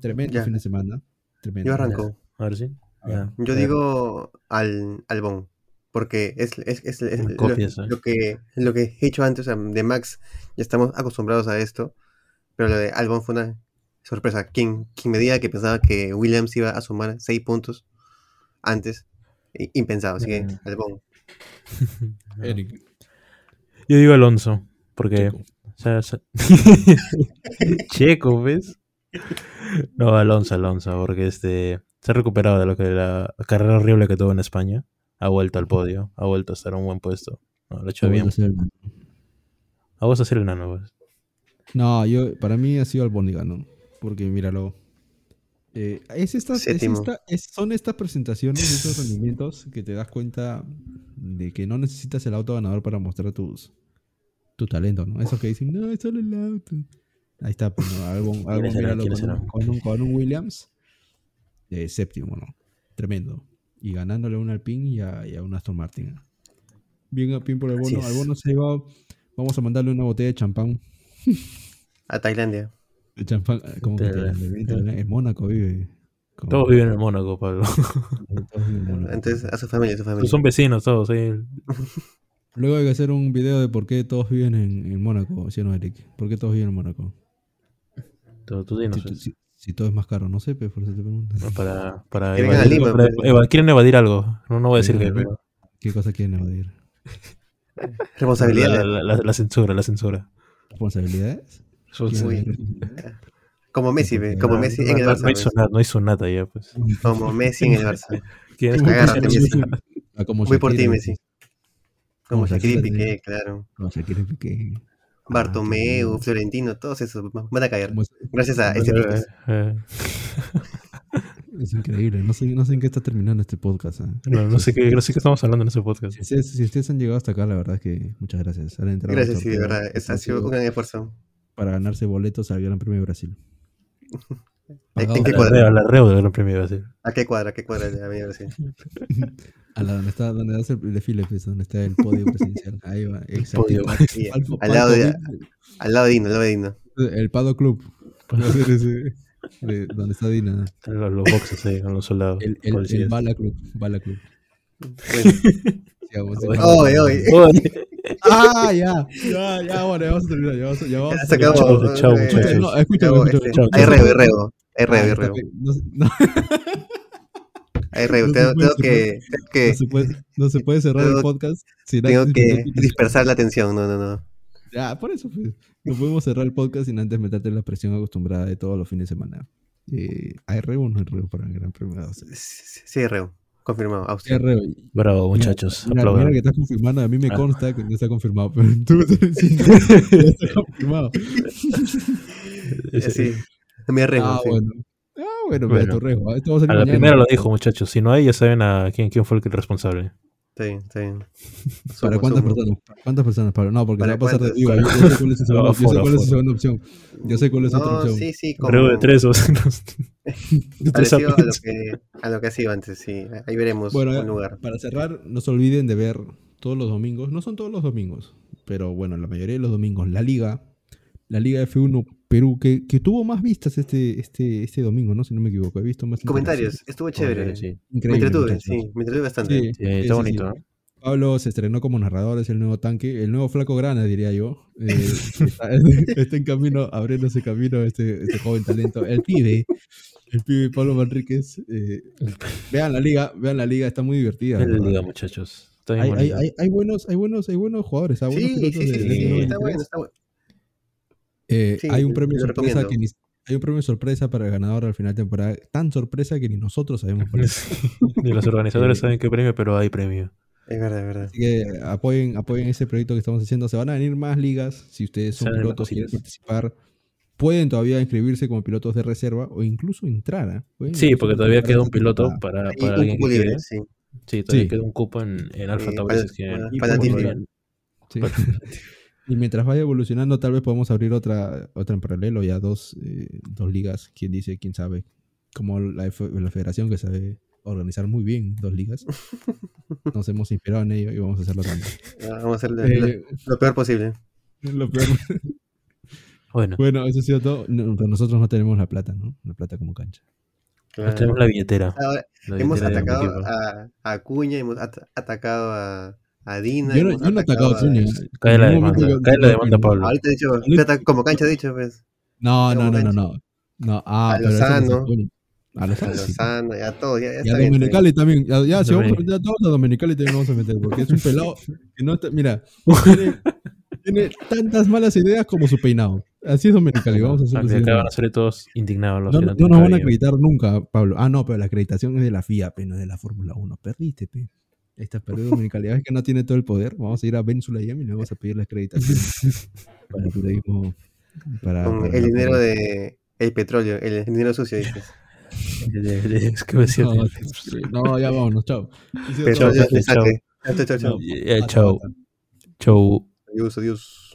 S2: Tremendo
S3: Ya.
S2: fin de semana. Tremendo.
S3: Yo arranco.
S1: A ver si.
S2: A ver.
S1: Ya.
S3: Yo digo al, al Bon, porque es, es, es- es
S1: Una
S3: lo,
S1: copia esa.
S3: lo que, lo que he dicho antes o sea, de Max, ya estamos acostumbrados a esto, pero lo de Albon fue una sorpresa. Quien, quien me diga que pensaba que Williams iba a sumar seis puntos antes, i- impensado, así que
S1: Mm.
S3: Albon.
S2: Eric,
S1: Yo digo Alonso, porque.
S2: Checo.
S1: o sea, sa- Checo, ¿ves? No, Alonso, Alonso, porque este se ha recuperado de lo que la carrera horrible que tuvo en España. Ha vuelto al podio, ha vuelto a estar en un buen puesto. No, lo ha hecho bien. A vos hacer el nano, pues.
S2: No, yo, para mí ha sido Albóniga, ¿no? Porque míralo. Eh, es estas, es
S3: Séptimo.
S2: esta- es- son estas presentaciones, estos rendimientos que te das cuenta de que no necesitas el auto ganador para mostrar tus, tu talento, ¿no? Esos que dicen, no, es solo el auto. Ahí está, pues, ¿no? Albon- Albon,
S1: ¿Quién será?
S2: míralo
S1: ¿Quién
S2: con,
S1: será?
S2: un, con un- con un Williams, eh, séptimo, ¿no? Tremendo. Y ganándole a un Alpine y a, y a un Aston Martin. Bien, Alpine por el
S3: Así
S2: bono.
S3: es.
S2: Al bono se ha llevado. Vamos a mandarle una botella de champán
S3: A Tailandia.
S2: el champán, ah, como que
S1: Te-
S2: te la inventa,
S1: te-
S2: ¿no? En Mónaco vive. Como-
S1: Todos viven en Mónaco, Pablo.
S2: todos viven en Mónaco.
S3: Entonces, a su familia, a su familia.
S1: Pues Son vecinos todos, ahí.
S2: Luego hay que hacer un video de por qué todos viven en, en Mónaco, ¿sí o no, Eric? ¿Por qué todos viven en Mónaco?
S1: Tú, tú dinos, pues,
S2: Si, tú- si- si todo es más caro, no sé, pero por eso te pregunto.
S1: ¿no? Para, para
S3: Que vengan a
S1: evadir-
S3: Lima,
S1: para
S3: pues.
S1: eva- quieren evadir algo. No, no voy a decir
S2: Que
S1: que.
S2: vengan a Lima. ¿Qué cosa quieren evadir?
S1: La,
S3: Pues, Responsabilidad.
S1: la- la- la censura, la censura.
S2: ¿Responsabilidades?
S1: Resulta-
S3: Uy.
S2: Responsabilidades.
S3: Como Messi, ve, como
S1: No,
S3: Messi
S1: no,
S3: en el
S1: no, no hay
S3: Barça.
S1: sonata, no hay sonata ya, pues.
S3: ve. Como Messi en el Barça.
S1: ¿Quién es?
S2: Como
S3: Agárrate,
S2: que-
S3: Messi.
S2: Ah, como
S3: Voy por ti,
S2: Shakira,
S3: Messi. Como Shakira y Piqué, claro.
S2: Como Shakira y Piqué.
S3: Bartomeu,
S2: Ah,
S3: Florentino, todos esos van a caer.
S2: como-
S3: Gracias a este podcast.
S1: Eh,
S2: Es increíble. No sé, no sé en qué está terminando este podcast. ¿eh?
S1: no, no sé qué, no sé qué estamos hablando en ese podcast.
S2: Si ustedes, si ustedes han llegado hasta acá, la verdad es que muchas gracias. Han entrado al
S3: Gracias, sí, de
S2: sorteo
S3: verdad. Es, ha sido un gran esfuerzo.
S2: Para ganarse boletos al Gran Premio de Brasil.
S3: ¿En-
S2: Pagados
S3: en qué
S2: a-
S1: La
S3: cuadra?
S1: reo, la reo del Gran Premio de Brasil.
S3: ¿A qué cuadra? ¿A qué cuadra de la Avenida Brasil?
S2: A la donde está, donde hace el desfile, pues, donde está el podio presidencial. Ahí va. Exacto.
S1: podio.
S3: Sí,
S2: Palco-
S3: al, lado de,
S2: palco
S3: al lado de Dino, al lado de Dino.
S2: Dina, el Pado Club. Va a ser ese, de- donde está Dina.
S1: Los, los boxes ahí con los soldados.
S2: El, el, el
S1: policías.
S2: Bala Club. Bala Club.
S3: Bueno,
S2: Sí, vamos a-
S3: Oye, oye.
S1: Oye,
S2: ¡Ah, ya! Ya, ya, bueno, ya vamos a terminar. Ya vamos, a- ya vamos
S3: ya
S2: a
S3: se acabó.
S1: Chao,
S2: terminar.
S1: chao,
S3: Eh,
S1: muchachos.
S2: No, escúchame,
S3: acabó,
S2: escúchame.
S3: este,
S1: Chao,
S3: Hay
S1: chao.
S3: reo, hay reo. Hay reo, hay
S2: Ah,
S3: reo.
S2: no, no,
S3: Hay
S2: no
S3: reo.
S2: se
S3: Tengo,
S2: puede,
S3: tengo
S2: se
S3: que, tengo
S2: no
S3: que,
S2: se puede, no se puede cerrar el
S3: Tengo-
S2: podcast sin
S3: tengo
S2: antes
S3: que
S2: meterte-
S3: dispersar la atención. No, no, no.
S2: Ah, por eso pues. No podemos cerrar el podcast sin antes meterte la presión acostumbrada de todos los fines de semana. Eh, ¿Hay reo o no hay reo para el Gran Premio de Austria?
S3: Sí, sí, hay reo. Confirmado.
S2: Sí, hay
S3: Austria.
S2: reo.
S1: Bravo, muchachos.
S2: Mira, mira,
S1: aplaudan.
S2: que estás confirmando, a mí me
S1: Ah.
S2: consta que no está confirmado, pero tú sí, ya está confirmado.
S1: Ese-
S3: Eh, Sí. También hay reo.
S2: ah,
S3: sí.
S2: bueno. Ah, bueno, mira
S1: Bueno.
S2: tu reo. Esto va a salir
S1: A la
S2: mañana.
S1: primera lo dijo, muchachos. Si no hay, ya saben a quién, quién fue el que- el responsable.
S3: Está bien, está bien.
S2: ¿Para
S3: Sumo,
S2: cuántas
S3: sumo.
S2: personas? ¿Para cuántas personas, Pablo? No, porque se
S3: ¿Para
S2: va a pasar de
S3: cuántas?
S2: viva. Yo, yo sé cuál es su segunda, yo sé
S1: Aforo,
S2: cuál es su
S1: aforo.
S2: segunda opción. Yo sé cuál es otra
S3: No,
S2: opción.
S3: sí, sí. Como
S1: Creo de tres o de tres a
S3: parecido a lo,
S1: tres.
S3: que, a lo que ha sido antes, sí. Ahí veremos
S2: Bueno,
S3: un lugar.
S2: Para cerrar, no se olviden de ver todos los domingos, no son todos los domingos, pero bueno, la mayoría de los domingos, la Liga, la Liga F1 Perú, que, que tuvo más vistas este, este, este domingo, ¿no? Si no me equivoco, he visto más
S3: Comentarios. Estuvo chévere.
S1: Sí,
S3: Me
S2: Increíble,
S3: entretuve,
S2: muchachos.
S3: sí. Me entretuve bastante.
S2: Sí,
S1: sí, está
S2: sí, sí,
S1: bonito.
S2: sí.
S1: ¿no?
S2: Pablo se estrenó como narrador, es el nuevo tanque, el nuevo flaco grana, diría yo. Eh, está, está en camino, abriéndose camino este, este joven talento. El pibe, el pibe Pablo Manríquez. eh, vean la liga, vean la liga, está muy divertida.
S1: Ven la
S2: ¿verdad?
S1: liga, muchachos. Está bien
S2: Hay, hay-
S1: bonito.
S2: hay- hay buenos, hay, buenos, hay buenos jugadores. hay buenos
S3: Sí, sí,
S2: pilotos
S3: sí,
S2: de-
S3: sí,
S2: de F1
S3: sí, está
S2: 23.
S3: bueno, está bueno.
S2: Eh,
S3: Sí,
S2: hay un
S3: te-
S2: premio
S3: te lo
S2: sorpresa que
S3: recomiendo.
S2: ni- hay un premio sorpresa para el ganador al final de temporada, tan sorpresa que ni nosotros sabemos cuál es.
S1: Ni los organizadores
S2: Sí.
S1: saben qué premio, pero hay premio.
S3: Es verdad, es verdad.
S2: Así que apoyen, apoyen ese proyecto que estamos haciendo. Se van a venir más ligas. Si ustedes son
S1: Salen
S2: pilotos y quieren
S1: cositas.
S2: participar, pueden todavía inscribirse como pilotos de reserva o incluso entrar. ¿ah? Pueden
S1: Sí,
S2: incluso
S1: porque todavía
S2: entrar
S1: queda
S2: esta
S1: un piloto
S2: temporada.
S1: para,
S3: Y
S1: para
S3: un
S1: alguien
S3: cupo
S1: que
S3: libre,
S1: quiera.
S3: sí.
S1: Sí, todavía
S2: Sí.
S1: queda un cupo en, en Alfa
S3: Eh,
S1: Tauri.
S3: para-
S1: si es que-
S3: para-
S1: y
S2: para
S1: como
S2: ti,
S1: todavía-
S2: Sí. Y mientras vaya evolucionando, tal vez podamos abrir otra, otra en paralelo, ya dos, eh, dos ligas, quién dice, quién sabe. Como la, F- la federación que sabe organizar muy bien dos ligas. Nos hemos inspirado en ello y vamos a hacerlo también.
S3: Ah, Vamos a hacer lo,
S2: Eh,
S3: lo peor posible.
S2: lo peor-
S1: Bueno,
S2: Bueno, eso ha sido todo. No, pero nosotros no tenemos la plata, ¿no? La plata como cancha.
S1: nos tenemos la billetera.
S3: Ahora,
S1: la
S3: hemos
S1: billetera de
S3: atacado
S1: mi equipo.
S3: a, a Acuña, hemos at- atacado a, a Dina.
S2: Yo no,
S3: hemos
S2: yo no he atacado a Junior.
S1: Cae la
S2: En ningún
S1: demanda,
S2: momento yo-
S1: cae la
S2: yo-
S1: demanda, Pablo.
S3: Ahorita he dicho, plata como cancha, he dicho, pues.
S2: No, no, no, no, no. No, ah,
S3: A
S2: pero eso no se
S3: Lozano.
S2: pone. A
S3: A
S2: Lozano. sí.
S3: Lozano, ya todo, ya, ya
S2: Y a
S3: está bien. está bien.
S2: Dominicali también. Ya, ya, si vamos a
S1: Dominicali.
S2: meter a todos, a Dominicali también vamos a meter. Porque es un pelado que no está. Mira, tiene, tiene tantas malas ideas como su peinado. Así es Dominicali. Vamos a hacerlo
S1: Acá
S2: así.
S1: van a ser todos indignados. Los
S2: No,
S1: que
S2: no- no nos van a
S1: tienen cabello.
S2: acreditar nunca, Pablo. Ah, no, pero la acreditación es de la FIA, pero no es de la Fórmula 1. Perdiste, pe. Ahí Estás perdido Dominicali. Es que no tiene todo el poder. Vamos a ir a Venezuela y a mí le vamos a pedir la acreditación. para el periodismo. Para,
S3: Con
S2: para-
S3: el dinero de. El petróleo, el dinero sucio, dices.
S1: Es que me siento.
S2: No, no, ya vámonos, chao. Ha sido todo.
S3: Petróleo,
S1: chao,
S3: desastre. Chao, chao, chao.
S1: Ya, Eh, Chau. Chau.
S3: Adiós, adiós.